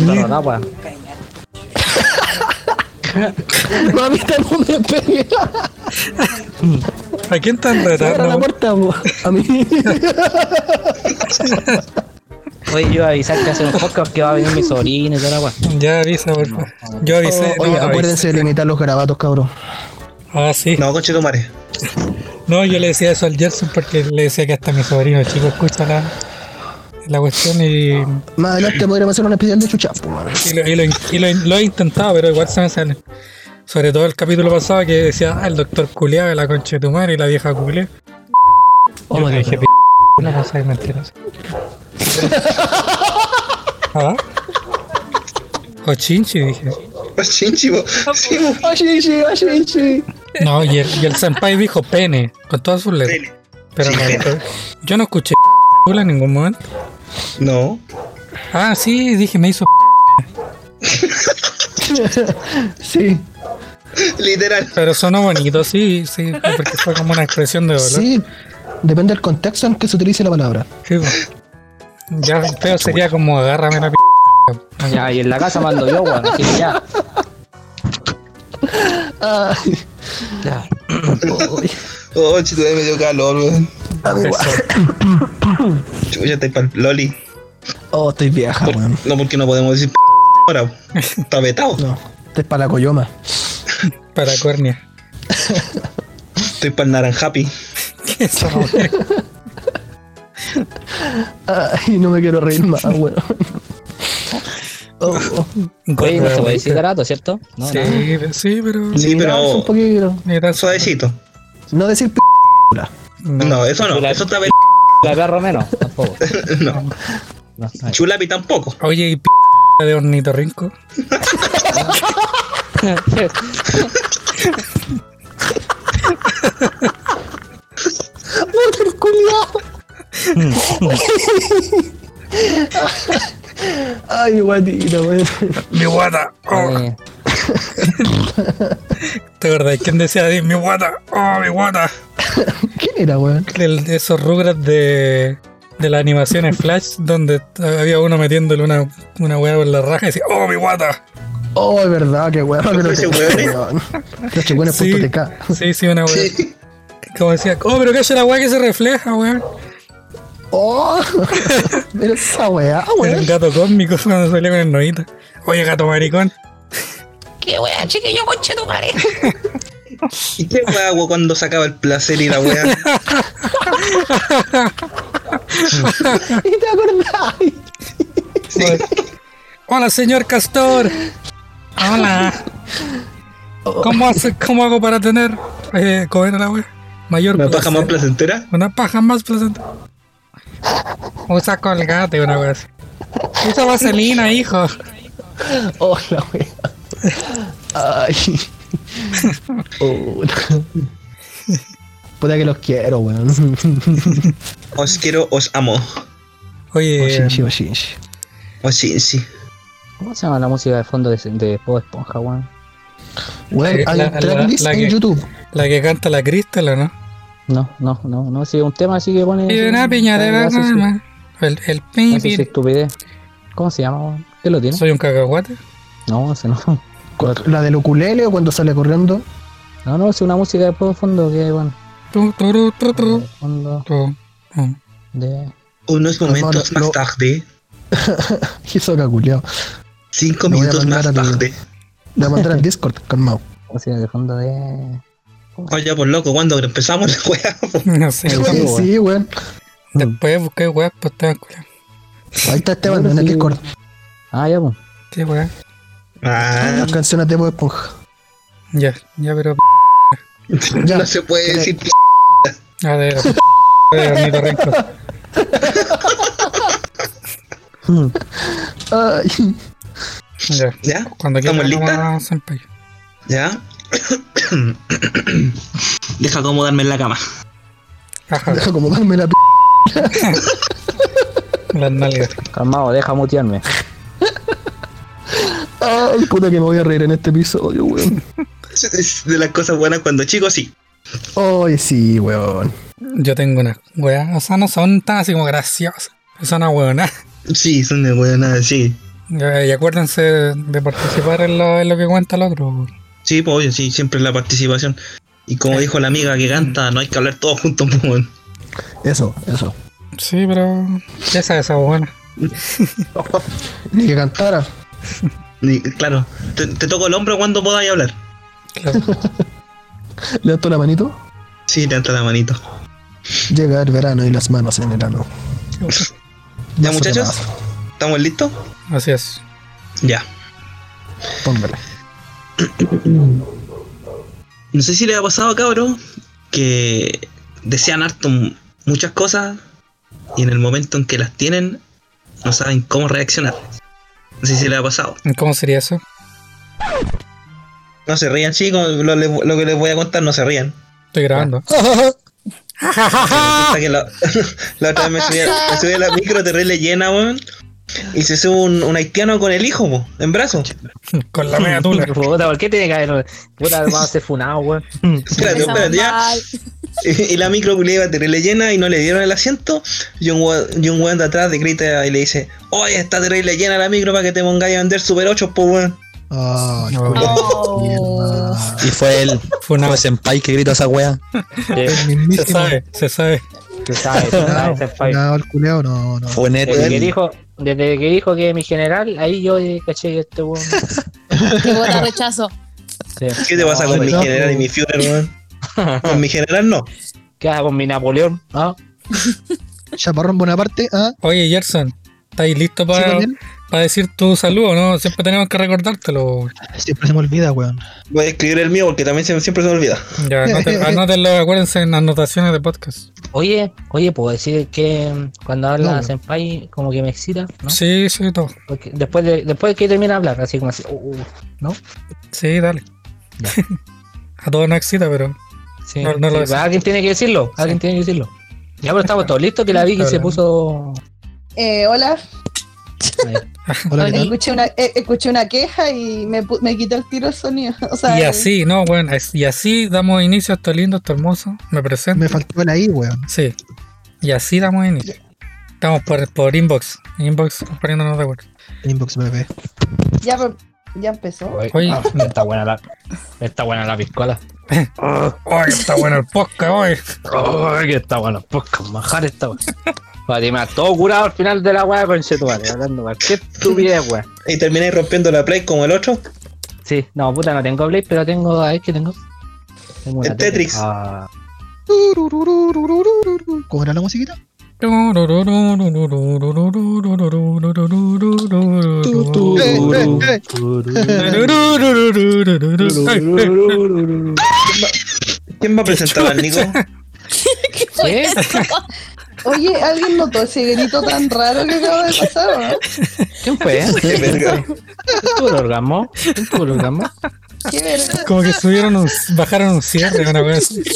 [SPEAKER 5] Mamita, no me pegues.
[SPEAKER 1] ¿A quién están
[SPEAKER 5] Cierra la
[SPEAKER 1] retando?
[SPEAKER 5] puerta, po. A mí.
[SPEAKER 9] Oye, yo avisar que hace un podcast que va a venir mi sobrino y toda la weá.
[SPEAKER 1] Ya avisa, por favor. Yo avisé.
[SPEAKER 5] Oh, oye,
[SPEAKER 1] no,
[SPEAKER 5] acuérdense de limitar los garabatos, cabrón.
[SPEAKER 1] avisé. Ah, sí.
[SPEAKER 6] No, conche tu madre.
[SPEAKER 1] No, yo le decía eso al Gerson porque le decía que hasta mi sobrino chico escucha la, la cuestión y, y,
[SPEAKER 5] Más adelante podríamos hacer un especial de chucha, po, weón.
[SPEAKER 1] lo, y lo- y lo- lo he intentado, pero igual se me sale. Sobre todo el capítulo pasado que decía, ah, el doctor culeado de la concha de tu madre y la vieja culea. Yo le dije, p***, una cosa es mentirosa. ¿Ah? Cochinchi, dije.
[SPEAKER 6] Pues chinchi, bo. Sí, bo.
[SPEAKER 5] Oye, Ah, sí, oye, sí.
[SPEAKER 1] No, y el, y el senpai dijo pene, con todas sus letras.
[SPEAKER 6] Pene.
[SPEAKER 1] Pero
[SPEAKER 6] Sí,
[SPEAKER 1] no,
[SPEAKER 6] pene.
[SPEAKER 1] yo no escuché en ningún momento.
[SPEAKER 6] No.
[SPEAKER 1] Ah, sí, dije, me hizo
[SPEAKER 5] Sí,
[SPEAKER 6] Literal.
[SPEAKER 1] Pero sonó bonito, sí, sí, porque fue como una expresión de dolor. Sí.
[SPEAKER 5] sí. Depende del contexto en que se utilice la palabra.
[SPEAKER 1] pues. ya, pero sería como agárrame la p.
[SPEAKER 9] Ya, y en la casa mando yo, weón. Así que ya.
[SPEAKER 5] Ay,
[SPEAKER 9] Ya.
[SPEAKER 6] Oh, chico, me dio calor, weón.
[SPEAKER 1] Eso.
[SPEAKER 6] Chucha, te pa'l loli.
[SPEAKER 5] oh, estoy vieja,
[SPEAKER 6] Por-
[SPEAKER 5] weón.
[SPEAKER 6] no, porque no podemos decir p ahora. bo. Está vetado.
[SPEAKER 5] No, esto es para la coyoma.
[SPEAKER 1] Para córnea.
[SPEAKER 6] Estoy para el naranjapi.
[SPEAKER 1] ¿Qué es esa wea?
[SPEAKER 5] Ay, no me quiero reír más, weón. Oh, oh,
[SPEAKER 9] Oye, no se puede decir
[SPEAKER 1] Sí,
[SPEAKER 9] barato, ¿cierto? No,
[SPEAKER 1] sí,
[SPEAKER 9] nada.
[SPEAKER 1] pero- sí, pero.
[SPEAKER 6] Sí,
[SPEAKER 5] mirarse Un
[SPEAKER 6] pero
[SPEAKER 5] poquito.
[SPEAKER 1] Ni tan
[SPEAKER 6] suavecito.
[SPEAKER 5] No decir p.
[SPEAKER 1] No.
[SPEAKER 6] No, eso no. Eso está ver.
[SPEAKER 9] La perro menos, tampoco.
[SPEAKER 6] No.
[SPEAKER 9] No, no.
[SPEAKER 6] Chulapi tampoco.
[SPEAKER 1] Oye, y p de ornitorrinco.
[SPEAKER 7] Puta, el culiao.
[SPEAKER 5] Ay, guatita, weón.
[SPEAKER 1] Mi guata. Oh,
[SPEAKER 9] Eh,
[SPEAKER 1] ¿Te acordás? ¿Quién decía ahí? Mi guata. Oh, mi guata.
[SPEAKER 5] ¿Quién era, weón?
[SPEAKER 1] El- de esos rugras de, de las animaciones Flash, donde había uno metiéndole una, una hueá por la raja y decía, ¡Oh, mi guata!
[SPEAKER 5] Oh, es verdad, qué weón. Que lo
[SPEAKER 6] Ese
[SPEAKER 5] tengo,
[SPEAKER 6] weón, eh.
[SPEAKER 5] weón. Los chihuahuas
[SPEAKER 1] Sí.
[SPEAKER 5] punto TK.
[SPEAKER 1] Sí, sí, una hueá.
[SPEAKER 6] Sí.
[SPEAKER 1] Como decía, ¡Oh, pero calla la hueá que se refleja, weón!
[SPEAKER 5] Oh, pero esa weá,
[SPEAKER 1] Era un
[SPEAKER 5] weón.
[SPEAKER 1] gato cósmico cuando salía con el noita. Oye, gato maricón.
[SPEAKER 7] Qué wea, chiquillo, conche tu madre.
[SPEAKER 6] ¿Y qué wea hago cuando sacaba el placer y la wea?
[SPEAKER 5] ¿Y te acordáis?
[SPEAKER 1] Hola, señor Castor. Hola. ¿Cómo, hace- cómo hago para tener, eh, comer a la hueá? Mayor
[SPEAKER 6] ¿Una paja
[SPEAKER 1] placer.
[SPEAKER 6] más placentera?
[SPEAKER 1] Una paja más placenta. Usa colgate una vez. Usa vaselina, hijo.
[SPEAKER 5] Oh, la wea. Ay. Oh, no. Puta que los quiero, weón.
[SPEAKER 6] Os quiero, os amo. Oh,
[SPEAKER 1] Oye,
[SPEAKER 5] Oshinshi, oshinshi.
[SPEAKER 6] Os sí, sí.
[SPEAKER 9] ¿Cómo se llama la música de fondo de, de Bob Esponja, weón?
[SPEAKER 5] Weón, hay
[SPEAKER 1] Eh, La-
[SPEAKER 5] un
[SPEAKER 1] la-
[SPEAKER 5] tracklist
[SPEAKER 1] la
[SPEAKER 5] en
[SPEAKER 1] que-
[SPEAKER 5] YouTube.
[SPEAKER 1] la que canta la Crystal, ¿o ¿no?
[SPEAKER 9] No, no, no, no, sí, un tema así que pone.
[SPEAKER 1] Y una piñarera,
[SPEAKER 9] Hace su-
[SPEAKER 1] normal. El, el
[SPEAKER 9] hace su
[SPEAKER 1] pipi.
[SPEAKER 9] estupidez. ¿Cómo se llama, weón? ¿Qué lo tiene?
[SPEAKER 1] Soy un cacahuate.
[SPEAKER 9] No, ese no.
[SPEAKER 5] La del ukulele o cuando sale corriendo.
[SPEAKER 9] No, no, es una música de Bob fondo que, bueno.
[SPEAKER 1] Tu, turu, tru, tru,
[SPEAKER 9] de fondo
[SPEAKER 1] tu. Mm.
[SPEAKER 9] de.
[SPEAKER 6] Unos
[SPEAKER 5] Hermano,
[SPEAKER 6] momentos más
[SPEAKER 5] lo-
[SPEAKER 6] tarde.
[SPEAKER 5] Hisoka, culiao.
[SPEAKER 6] Cinco
[SPEAKER 5] Lo voy a
[SPEAKER 6] minutos más
[SPEAKER 5] mandar a tu-
[SPEAKER 6] tarde.
[SPEAKER 5] La mandar al Discord, calmao.
[SPEAKER 9] Música de fondo de.
[SPEAKER 6] Oye, por loco, cuando empezamos la wea? po?
[SPEAKER 1] No sé.
[SPEAKER 9] El
[SPEAKER 1] weón.
[SPEAKER 5] Sí,
[SPEAKER 9] weón.
[SPEAKER 5] sí, weón.
[SPEAKER 1] Después busqué weá, pues estaba culiao.
[SPEAKER 5] Ahí está Esteban
[SPEAKER 9] Ahora
[SPEAKER 5] en el
[SPEAKER 9] sí.
[SPEAKER 5] Discord.
[SPEAKER 9] Ah, ya, pues.
[SPEAKER 1] Sí, weá.
[SPEAKER 6] Ah,
[SPEAKER 5] Las canciones de Bob Esponja.
[SPEAKER 1] Ya, ya, pero.
[SPEAKER 5] Ya.
[SPEAKER 6] no se puede decir. p-
[SPEAKER 1] A ver. De ornitorrinco.
[SPEAKER 5] Ay,
[SPEAKER 1] Ya.
[SPEAKER 6] ¿Ya?
[SPEAKER 1] Cuando
[SPEAKER 6] ¿Estamos
[SPEAKER 1] quieras,
[SPEAKER 6] listas?
[SPEAKER 1] vamos a Senpai.
[SPEAKER 6] ¿Ya? Deja acomodarme en la cama.
[SPEAKER 1] Ajá,
[SPEAKER 5] deja como darme la p.
[SPEAKER 1] las nalgas.
[SPEAKER 9] Calmado, deja mutearme.
[SPEAKER 5] Ay, puta que me voy a reír en este episodio, weón.
[SPEAKER 6] Es de las cosas buenas cuando chico, sí.
[SPEAKER 5] Ay, sí, weón.
[SPEAKER 1] Yo tengo una weá, o sea, no son tan así como graciosas, son una weona.
[SPEAKER 6] Sí, son de buenas, sí.
[SPEAKER 1] Y acuérdense de participar en lo, en lo que cuenta el otro.
[SPEAKER 6] Sí, pues obvio, sí, siempre la participación. Y como dijo la amiga que canta, no hay que hablar todos juntos, pues. weón.
[SPEAKER 5] Eso, eso.
[SPEAKER 1] Sí, pero esa es esa buena.
[SPEAKER 5] Ni que cantara.
[SPEAKER 6] Y, claro, te, te toco el hombro cuando podáis hablar.
[SPEAKER 1] Claro.
[SPEAKER 5] Levanto la manito.
[SPEAKER 6] Sí, levanta la manito.
[SPEAKER 5] Llega el verano y las manos en el ano.
[SPEAKER 6] ¿Ya,
[SPEAKER 5] Mazo
[SPEAKER 6] muchachos?
[SPEAKER 5] de mazo.
[SPEAKER 6] ¿Estamos listos?
[SPEAKER 1] Así es.
[SPEAKER 6] Ya.
[SPEAKER 5] Póngale.
[SPEAKER 6] No sé si les ha pasado, cabrón, que desean harto m- muchas cosas y en el momento en que las tienen no saben cómo reaccionar. No sé si les ha pasado.
[SPEAKER 1] ¿Cómo sería eso?
[SPEAKER 6] No se rían, chicos. Lo, le- lo que les voy a contar, no se rían.
[SPEAKER 1] Estoy grabando.
[SPEAKER 6] Hasta que la, la otra vez me subí, a- me subí a la micro terrible llena, weón. Y se sube un, un haitiano con el hijo, po, en brazo.
[SPEAKER 1] Con la media tula.
[SPEAKER 9] Puta, ¿por qué tiene que haber. Puta, vamos a ser funado, weón.
[SPEAKER 6] Espérate,
[SPEAKER 8] Empezamos
[SPEAKER 6] espérate, ya.
[SPEAKER 8] mal.
[SPEAKER 6] Y, y la micro le iba terrible llena y no le dieron el asiento. Y un, we- y un weón de atrás le grita y le dice: Oye, está terrible llena la micro para que te pongáis a vender Super 8, po, weón.
[SPEAKER 5] Ay,
[SPEAKER 1] No.
[SPEAKER 5] culiao.
[SPEAKER 8] Oh.
[SPEAKER 3] Y fue él,
[SPEAKER 1] Fue una
[SPEAKER 3] fue Senpai que gritó esa wea.
[SPEAKER 5] El
[SPEAKER 1] Se
[SPEAKER 5] mismísimo.
[SPEAKER 1] sabe, se sabe.
[SPEAKER 9] Tú sabes, tú sabes, ese país.
[SPEAKER 5] No, el culeo, no, no.
[SPEAKER 3] Fue neto.
[SPEAKER 2] pues
[SPEAKER 9] Desde que
[SPEAKER 3] él.
[SPEAKER 9] dijo, desde que dijo que mi general, ahí yo eh, caché que este weón.
[SPEAKER 8] Que vota rechazo.
[SPEAKER 9] Sí.
[SPEAKER 6] ¿Qué te pasa
[SPEAKER 9] No,
[SPEAKER 6] con mi
[SPEAKER 9] pues,
[SPEAKER 6] general y mi Führer, weón? Con mi general no.
[SPEAKER 9] ¿Qué pasa con mi Napoleón? ¿Ah?
[SPEAKER 2] Chaparrón Bonaparte, ¿ah?
[SPEAKER 1] Oye, Gerson, ¿estáis listo
[SPEAKER 2] ¿Sí,
[SPEAKER 1] para,
[SPEAKER 2] Daniel?
[SPEAKER 1] para decir tu saludo, no? Siempre tenemos que recordártelo.
[SPEAKER 2] Siempre se me olvida, weón.
[SPEAKER 6] Voy a escribir el mío porque también se- siempre se me olvida.
[SPEAKER 1] Ya, anote- anótenlo, acuérdense en anotaciones de podcast.
[SPEAKER 9] Oye, oye, puedo decir que mm, cuando habla
[SPEAKER 2] No.
[SPEAKER 9] Senpai como que me excita, ¿no?
[SPEAKER 1] Sí, sí, todo.
[SPEAKER 9] Porque después de, después de que termina de hablar, así como así, uh, uh,
[SPEAKER 1] Sí, dale. A todos nos excita, pero.
[SPEAKER 9] sí,
[SPEAKER 1] No, no lo
[SPEAKER 9] sí,
[SPEAKER 1] decís.
[SPEAKER 9] alguien tiene que decirlo, alguien tiene que decirlo. Ya, pero estamos todos listos que la Vicky se
[SPEAKER 1] Claro.
[SPEAKER 9] puso.
[SPEAKER 7] Eh, hola,
[SPEAKER 9] Ahí.
[SPEAKER 2] Hola, ¿qué tal?
[SPEAKER 7] escuché una, eh, escuché una queja y me, pu- me quitó el tiro el sonido. O sea,
[SPEAKER 1] Y
[SPEAKER 7] eh,
[SPEAKER 1] así, no, bueno, es- y así damos inicio a esto lindo, esto hermoso. Me presento.
[SPEAKER 2] Me faltó el ahí, weón.
[SPEAKER 1] Sí. Y así damos inicio. Estamos por, por inbox. Inbox poniéndonos de acuerdo.
[SPEAKER 2] Inbox bebé.
[SPEAKER 7] ya, pe- ya empezó.
[SPEAKER 1] Oye.
[SPEAKER 9] Ah, está buena la. Está buena la piscola.
[SPEAKER 1] ¡Ay, está bueno el podcast hoy!
[SPEAKER 9] Ay, que está bueno, pocas majar está bueno. Fatima, todo curado al final de la weá con Chetuare, hablando cualquier estupidez, weá.
[SPEAKER 6] Y termináis rompiendo la play como el otro.
[SPEAKER 9] Sí, no, puta, no tengo Blade, pero tengo. A ver, ¿qué tengo? Tengo
[SPEAKER 6] El Tetris.
[SPEAKER 9] Ah,
[SPEAKER 2] ¿Cómo era la musiquita? Eh, eh, eh.
[SPEAKER 6] ¿Quién va a presentar al Nico?
[SPEAKER 9] ¿Qué?
[SPEAKER 7] Oye, ¿alguien notó ese grito tan raro que acaba de pasar? o ¿no?
[SPEAKER 9] ¿Quién fue?
[SPEAKER 6] Qué verga.
[SPEAKER 9] ¿Quién tuvo el orgasmo? ¿Quién tuvo el orgasmo?
[SPEAKER 7] Qué verga.
[SPEAKER 1] Como que subieron un, bajaron un cierre una vez.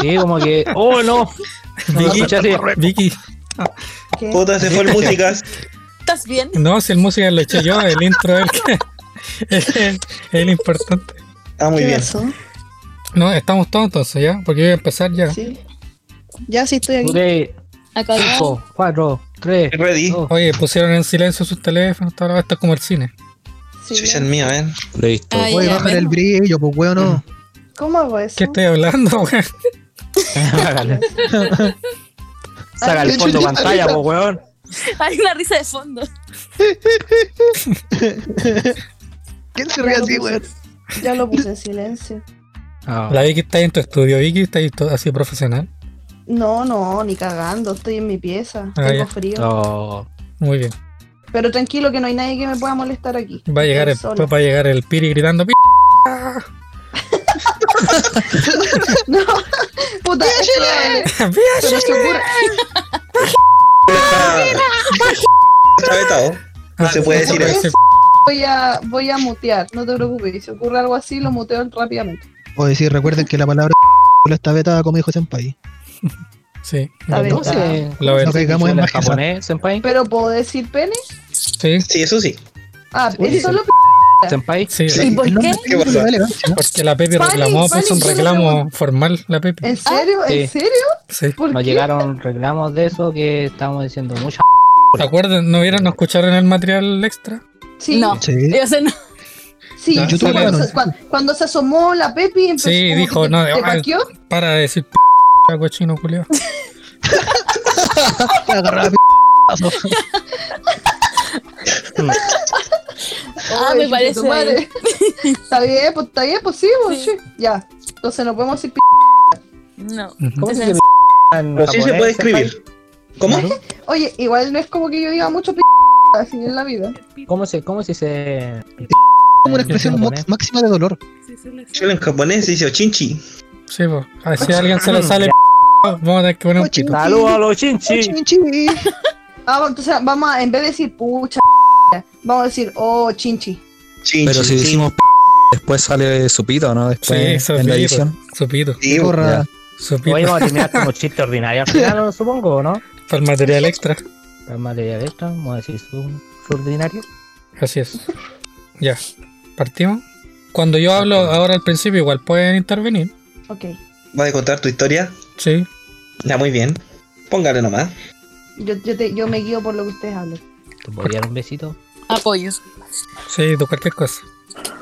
[SPEAKER 9] Sí, como que. ¡Oh, no! No lo
[SPEAKER 1] Vicky,
[SPEAKER 9] escuché así.
[SPEAKER 1] Vicky,
[SPEAKER 7] ¿Qué?
[SPEAKER 6] Puta, se fue el músicas.
[SPEAKER 8] ¿Estás bien?
[SPEAKER 1] no, si el música lo eché yo, el intro es el que- es el- es el importante.
[SPEAKER 6] Ah, muy
[SPEAKER 7] ¿Qué
[SPEAKER 6] bien.
[SPEAKER 7] pasó?
[SPEAKER 1] No, estamos todos entonces, ¿ya? Porque voy a empezar ya.
[SPEAKER 7] Sí. Ya sí estoy aquí.
[SPEAKER 9] 3,
[SPEAKER 8] Acá ya.
[SPEAKER 9] 5, 4, 3,
[SPEAKER 6] Ready.
[SPEAKER 9] 2.
[SPEAKER 1] Oye, pusieron en silencio sus teléfonos, todo, esto es como el cine.
[SPEAKER 7] Sí,
[SPEAKER 6] Chucha
[SPEAKER 7] ya.
[SPEAKER 6] el mío, ven.
[SPEAKER 9] Listo.
[SPEAKER 8] Ay,
[SPEAKER 2] Oye,
[SPEAKER 8] ya,
[SPEAKER 2] bajar
[SPEAKER 8] ven.
[SPEAKER 2] Ah, el brillo, pues weón, no.
[SPEAKER 7] ¿Cómo hago eso?
[SPEAKER 1] ¿Qué estoy hablando, weón?
[SPEAKER 9] Saca el fondo pantalla, po, weón.
[SPEAKER 8] Hay una risa de fondo.
[SPEAKER 2] ¿Quién se ríe así, weón?
[SPEAKER 7] Ya lo puse en silencio.
[SPEAKER 9] Ah,
[SPEAKER 1] La Vicky está ahí en tu estudio, Vicky está ahí to- así profesional.
[SPEAKER 7] No, no, ni cagando. Estoy en mi pieza.
[SPEAKER 1] Ah, ya.
[SPEAKER 7] Tengo frío.
[SPEAKER 9] oh.
[SPEAKER 1] Muy bien.
[SPEAKER 7] Pero tranquilo que no hay nadie que me pueda molestar aquí.
[SPEAKER 1] Va a llegar el,
[SPEAKER 7] Estoy sola.
[SPEAKER 1] va a llegar el Piri gritando. "Pi-".
[SPEAKER 7] No, puta, esto no vale. Pero se ocurre.
[SPEAKER 6] Está- Está vetado. No se puede decir eso.
[SPEAKER 7] Voy a, voy a mutear, no te preocupes. Si ocurre algo así, lo muteo rápidamente.
[SPEAKER 2] O decir, recuerden que la palabra está vetada como dijo Senpai.
[SPEAKER 1] Sí.
[SPEAKER 7] Está bien.
[SPEAKER 1] Entonces,
[SPEAKER 9] Entonces,
[SPEAKER 1] La verdad.
[SPEAKER 2] No caigamos en
[SPEAKER 9] en
[SPEAKER 2] más que
[SPEAKER 9] japonés, senpai.
[SPEAKER 7] Pero puedo decir pene.
[SPEAKER 1] Sí,
[SPEAKER 6] Sí, eso sí.
[SPEAKER 7] Ah,
[SPEAKER 9] Sí.
[SPEAKER 7] es solo p-
[SPEAKER 9] Senpai.
[SPEAKER 1] sí.
[SPEAKER 8] ¿Y por qué?
[SPEAKER 6] ¿Qué pasa?
[SPEAKER 1] Porque la Pepi
[SPEAKER 8] Pani,
[SPEAKER 1] reclamó,
[SPEAKER 8] Pani,
[SPEAKER 1] puso un
[SPEAKER 8] yo le
[SPEAKER 1] reclamo formal, la Pepi.
[SPEAKER 8] Ah.
[SPEAKER 7] ¿En serio?
[SPEAKER 9] sí.
[SPEAKER 7] ¿En serio?
[SPEAKER 1] Sí.
[SPEAKER 7] ¿Por
[SPEAKER 9] Nos
[SPEAKER 7] qué?
[SPEAKER 9] llegaron reclamos de eso que estábamos diciendo mucha.
[SPEAKER 1] ¿Se acuerdan? ¿No vieron, no escucharon el material extra?
[SPEAKER 7] Sí,
[SPEAKER 8] No.
[SPEAKER 2] Sí.
[SPEAKER 8] Yo sé, no.
[SPEAKER 7] sí.
[SPEAKER 1] No,
[SPEAKER 7] sí,
[SPEAKER 1] sale-
[SPEAKER 7] cuando, se, cuan- cuando se asomó la Pepi, empezó
[SPEAKER 1] Sí,
[SPEAKER 7] como
[SPEAKER 1] dijo,
[SPEAKER 7] que te-
[SPEAKER 1] no,
[SPEAKER 7] te
[SPEAKER 1] ah,
[SPEAKER 7] paqueó.
[SPEAKER 1] Para de decir p cochino culiao.
[SPEAKER 2] Agarraba p-
[SPEAKER 8] Ah,
[SPEAKER 7] Ay,
[SPEAKER 8] me
[SPEAKER 7] chucha,
[SPEAKER 8] parece.
[SPEAKER 7] tu madre. está bien, pues está bien, pues sí, pues,
[SPEAKER 8] Sí.
[SPEAKER 7] sí. Ya. Entonces no podemos decir p.
[SPEAKER 8] No.
[SPEAKER 9] ¿Cómo
[SPEAKER 8] Es
[SPEAKER 9] se
[SPEAKER 8] en-
[SPEAKER 9] dice en
[SPEAKER 6] Pero sí se
[SPEAKER 9] japonés,
[SPEAKER 6] puede
[SPEAKER 9] senpai?
[SPEAKER 6] escribir. ¿Cómo?
[SPEAKER 7] Oye, igual no es como que yo diga mucho p así en la vida.
[SPEAKER 9] ¿Cómo se, cómo se dice?
[SPEAKER 2] como una expresión mo- máxima de dolor.
[SPEAKER 6] Chula en japonés se dice ochinchi.
[SPEAKER 1] Sí, po. Ah, Si a alguien se le sale p vamos a tener que poner un pito.
[SPEAKER 9] Saludos a los chinchis.
[SPEAKER 2] Chinchi.
[SPEAKER 7] Ah, bueno, entonces vamos a, en vez de decir pucha, vamos a decir, oh, chinchi.
[SPEAKER 6] Chinchi.
[SPEAKER 3] Pero si decimos p después sale su pito, ¿no?
[SPEAKER 1] Sí,
[SPEAKER 3] Después
[SPEAKER 1] su
[SPEAKER 3] en la
[SPEAKER 1] pito.
[SPEAKER 4] pues.
[SPEAKER 3] edición.
[SPEAKER 1] Su pito.
[SPEAKER 6] Sí, bo.
[SPEAKER 2] Porra.
[SPEAKER 1] Su pito.
[SPEAKER 9] Hoy vamos a terminar como chiste ordinario al final, supongo, ¿o ¿no?
[SPEAKER 1] Para el material extra.
[SPEAKER 9] La materia de esto, vamos a decir su, su ordinario.
[SPEAKER 1] Así es. Ya. ¿Partimos? Cuando yo hablo ahora al principio, igual pueden intervenir.
[SPEAKER 7] Ok.
[SPEAKER 6] ¿Vas a contar tu historia?
[SPEAKER 1] Sí.
[SPEAKER 6] Ya, muy bien. Póngale nomás.
[SPEAKER 7] Yo, yo, te, yo me guío por lo que ustedes hablan.
[SPEAKER 9] ¿Te podría dar un besito?
[SPEAKER 8] Apoyos.
[SPEAKER 1] Sí, de cualquier cosa.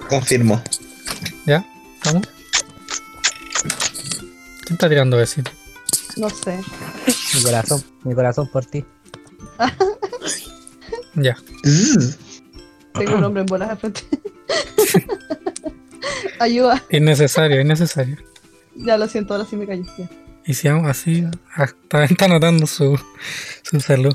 [SPEAKER 6] Confirmo.
[SPEAKER 1] ¿Ya? ¿Vamos? ¿Quién está tirando besito?
[SPEAKER 7] No sé.
[SPEAKER 9] Mi corazón, mi corazón por ti.
[SPEAKER 1] Ya.
[SPEAKER 7] Tengo un hombre en bolas al frente. Ayuda.
[SPEAKER 1] Innecesario, innecesario.
[SPEAKER 7] Ya lo siento, ahora sí me callé. ya.
[SPEAKER 1] Y si vamos así, hasta está notando su, su salud.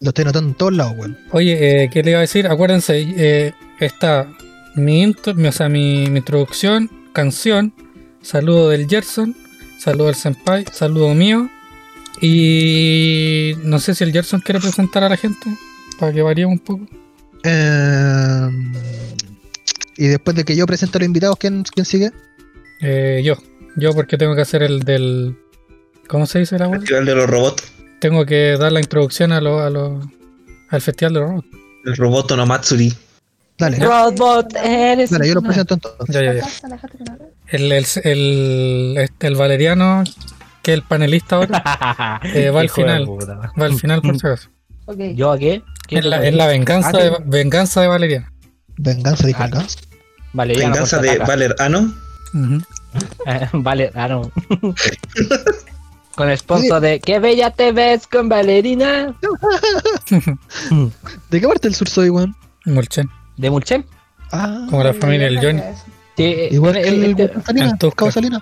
[SPEAKER 2] Lo estoy notando en todos lados, weón.
[SPEAKER 1] Oye, eh, ¿qué le iba a decir? Acuérdense, eh, está mi, intro- mi- o sea, mi, mi introducción, canción, saludo del Gerson, saludo del Senpai, saludo mío. Y no sé si el Gerson quiere presentar a la gente para que varíe un poco.
[SPEAKER 2] Eh, y después de que yo presente a los invitados, ¿quién, quién sigue?
[SPEAKER 1] Eh, yo, yo porque tengo que hacer el del. ¿Cómo se dice la web?
[SPEAKER 6] Festival de los robots.
[SPEAKER 1] Tengo que dar la introducción a lo, a lo, al Festival de los Rock.
[SPEAKER 6] El robot no Matsuri.
[SPEAKER 2] Dale,
[SPEAKER 10] Robot, eres.
[SPEAKER 2] dale, yo los
[SPEAKER 10] una-
[SPEAKER 2] presento entonces.
[SPEAKER 1] Ya, ya, ya. El, el, el, este, el Valeriano, que es el panelista ahora, Eh, va al
[SPEAKER 9] Hijo de
[SPEAKER 1] final.
[SPEAKER 9] puta.
[SPEAKER 1] va al final
[SPEAKER 9] Mm.
[SPEAKER 1] por si acaso.
[SPEAKER 7] Ok.
[SPEAKER 9] ¿Yo a qué? ¿Qué
[SPEAKER 1] Es la,
[SPEAKER 9] cosa
[SPEAKER 1] es la
[SPEAKER 9] es?
[SPEAKER 1] venganza,
[SPEAKER 9] Ah,
[SPEAKER 1] de, venganza de Valeriano.
[SPEAKER 2] Venganza, dijo venganza.
[SPEAKER 9] Valeriano
[SPEAKER 6] Venganza de
[SPEAKER 9] contraataca.
[SPEAKER 6] Valer. Ah, no.
[SPEAKER 1] Ujú.
[SPEAKER 9] vale, ah, no. con el sponsor de ¡Qué bella te ves con Valerina!
[SPEAKER 2] ¿De qué parte del sur soy, weón?
[SPEAKER 1] Mulchen,
[SPEAKER 9] De Mulchen.
[SPEAKER 2] Ah,
[SPEAKER 1] como la familia del Johnny.
[SPEAKER 9] Sí,
[SPEAKER 2] igual que el,
[SPEAKER 9] tiene- este-
[SPEAKER 2] weón Salina,
[SPEAKER 1] el Tusker.
[SPEAKER 2] Cabo Salina.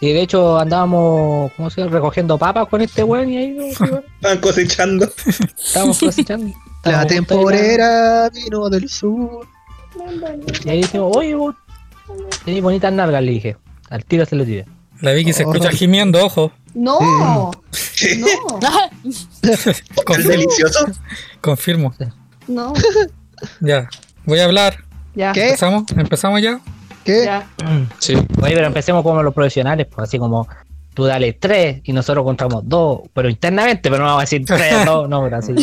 [SPEAKER 9] y de hecho andábamos, ¿cómo se llama? Recogiendo papas con este weón y ahí ¿no? Sí, weón.
[SPEAKER 6] Estaban cosechando.
[SPEAKER 9] estábamos cosechando. Estábamos
[SPEAKER 2] La
[SPEAKER 9] juntos ahí,
[SPEAKER 2] temporera vino del sur.
[SPEAKER 9] Y ahí dijimos, oye, vos tenés bonitas nalgas, le dije. Al tiro se lo tiré.
[SPEAKER 1] La Vicky se escucha gimiendo, ojo.
[SPEAKER 7] No, no,
[SPEAKER 6] ¿El
[SPEAKER 1] Confirmo.
[SPEAKER 6] delicioso?
[SPEAKER 1] confirmo.
[SPEAKER 7] no.
[SPEAKER 1] Ya. Voy a hablar.
[SPEAKER 7] Ya,
[SPEAKER 2] ¿Qué?
[SPEAKER 1] ¿Empezamos? ¿Empezamos ya?
[SPEAKER 2] ¿Qué?
[SPEAKER 7] ya.
[SPEAKER 3] Sí.
[SPEAKER 9] Oye, pero empecemos como los profesionales, pues así como tú dale tres y nosotros contamos dos, pero internamente, pero no vamos a decir tres, dos, no, pero así.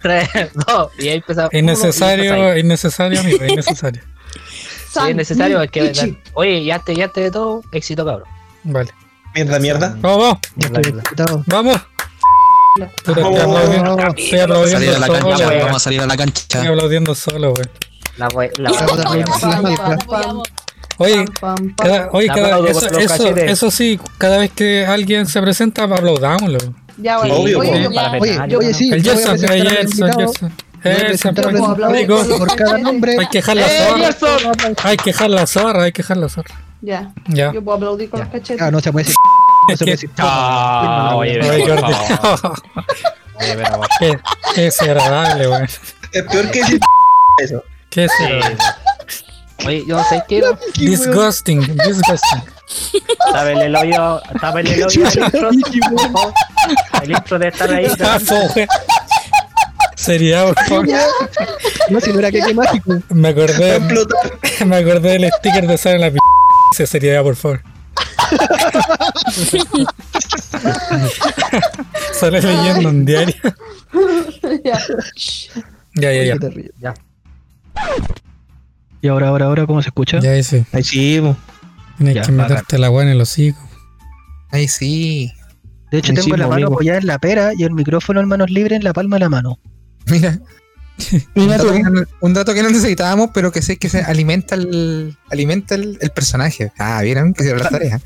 [SPEAKER 9] tres, dos, y ahí empezamos. uno, y empezamos
[SPEAKER 1] Innecesario, innecesario, amigo, innecesario.
[SPEAKER 9] ahí. Sí, es necesario, es que.
[SPEAKER 7] Sandwichi.
[SPEAKER 9] Oye, ya te, ya te de todo, éxito, cabrón.
[SPEAKER 1] Vale.
[SPEAKER 6] Mierda, mierda.
[SPEAKER 1] ¡Vamos!
[SPEAKER 9] La verdad.
[SPEAKER 2] No,
[SPEAKER 1] ¡Vamos! Puta, estoy
[SPEAKER 2] Vamos.
[SPEAKER 1] aplaudiendo- estoy aplaudiendo
[SPEAKER 11] Salir a la
[SPEAKER 1] solo,
[SPEAKER 11] cancha,
[SPEAKER 1] güey.
[SPEAKER 11] vamos a salir a la cancha.
[SPEAKER 1] Estoy aplaudiendo solo, güey.
[SPEAKER 9] La we- la
[SPEAKER 2] la
[SPEAKER 9] we-
[SPEAKER 2] otra vez.
[SPEAKER 1] Oye,
[SPEAKER 7] Pam, pam,
[SPEAKER 1] cada-
[SPEAKER 7] pam.
[SPEAKER 1] oye,
[SPEAKER 9] La
[SPEAKER 1] cada-
[SPEAKER 9] aplaudo con
[SPEAKER 1] eso,
[SPEAKER 9] los
[SPEAKER 1] eso-
[SPEAKER 9] cachetes.
[SPEAKER 1] eso sí, cada vez que alguien se presenta, aplaudámoslo.
[SPEAKER 7] Ya,
[SPEAKER 9] Sí,
[SPEAKER 7] bueno.
[SPEAKER 6] obvio,
[SPEAKER 7] Oye,
[SPEAKER 6] po.
[SPEAKER 7] yo-
[SPEAKER 9] para
[SPEAKER 2] Oye,
[SPEAKER 9] penal,
[SPEAKER 2] oye,
[SPEAKER 9] ¿no?
[SPEAKER 2] sí,
[SPEAKER 1] El
[SPEAKER 2] yo voy a
[SPEAKER 1] Gerson,
[SPEAKER 2] presentar
[SPEAKER 1] el
[SPEAKER 2] al
[SPEAKER 1] Gerson,
[SPEAKER 2] invitado.
[SPEAKER 1] Gerson.
[SPEAKER 2] Voy a
[SPEAKER 1] Gerson,
[SPEAKER 2] presentar
[SPEAKER 1] pues,
[SPEAKER 2] al invitado
[SPEAKER 1] rico.
[SPEAKER 2] por cada nombre.
[SPEAKER 1] Hay que dejar la
[SPEAKER 9] ¡Eh,
[SPEAKER 1] zorra,
[SPEAKER 9] Gerson!
[SPEAKER 1] hay que dejar la zorra, hay que dejar la zorra.
[SPEAKER 7] Ya,
[SPEAKER 1] Ya.
[SPEAKER 7] yo puedo aplaudir con
[SPEAKER 9] Ya.
[SPEAKER 7] los cachetes.
[SPEAKER 2] Ah, no se puede decir. No se puede decir.
[SPEAKER 9] Ah, oye,
[SPEAKER 1] Ay,
[SPEAKER 9] pero,
[SPEAKER 1] Jordi.
[SPEAKER 9] por favor. Oye, pero, por
[SPEAKER 1] qué, qué desagradable, güey.
[SPEAKER 6] Es peor que decir eso.
[SPEAKER 1] Qué desagradable.
[SPEAKER 9] favor. Oye, yo no sé qué. ¿no?
[SPEAKER 1] Disgusting, disgusting.
[SPEAKER 9] Tápele el hoyo, tápele el hoyo al intro. por favor. El intro de estar ahí.
[SPEAKER 1] Ah, fue, güey. Sería, güey.
[SPEAKER 2] No, si no era que qué mágico.
[SPEAKER 1] Me acordé,
[SPEAKER 6] Explotar.
[SPEAKER 1] me acordé del sticker de Sara en la p. Se sería, por favor. Sale leyendo un diario.
[SPEAKER 7] Ya.
[SPEAKER 1] Ya, ya, ya.
[SPEAKER 2] Qué terrible.
[SPEAKER 9] Ya.
[SPEAKER 2] Y ahora, ahora, ahora, ¿cómo se escucha?
[SPEAKER 1] Ya hice.
[SPEAKER 6] Ahí sí, mo.
[SPEAKER 1] Tienes
[SPEAKER 2] Ya,
[SPEAKER 1] que meterte la guana en el hocico.
[SPEAKER 4] Ay, sí.
[SPEAKER 2] De hecho,
[SPEAKER 6] Ahí
[SPEAKER 2] tengo
[SPEAKER 6] sí,
[SPEAKER 2] la
[SPEAKER 6] mo,
[SPEAKER 2] mano
[SPEAKER 6] amigo.
[SPEAKER 2] apoyada en la pera y el micrófono en manos libres en la palma de la mano.
[SPEAKER 4] Mira. Un dato, que no, un dato que no necesitábamos, pero que sé que se alimenta el, alimenta el, el personaje. Ah, vieron que hicieron la tarea.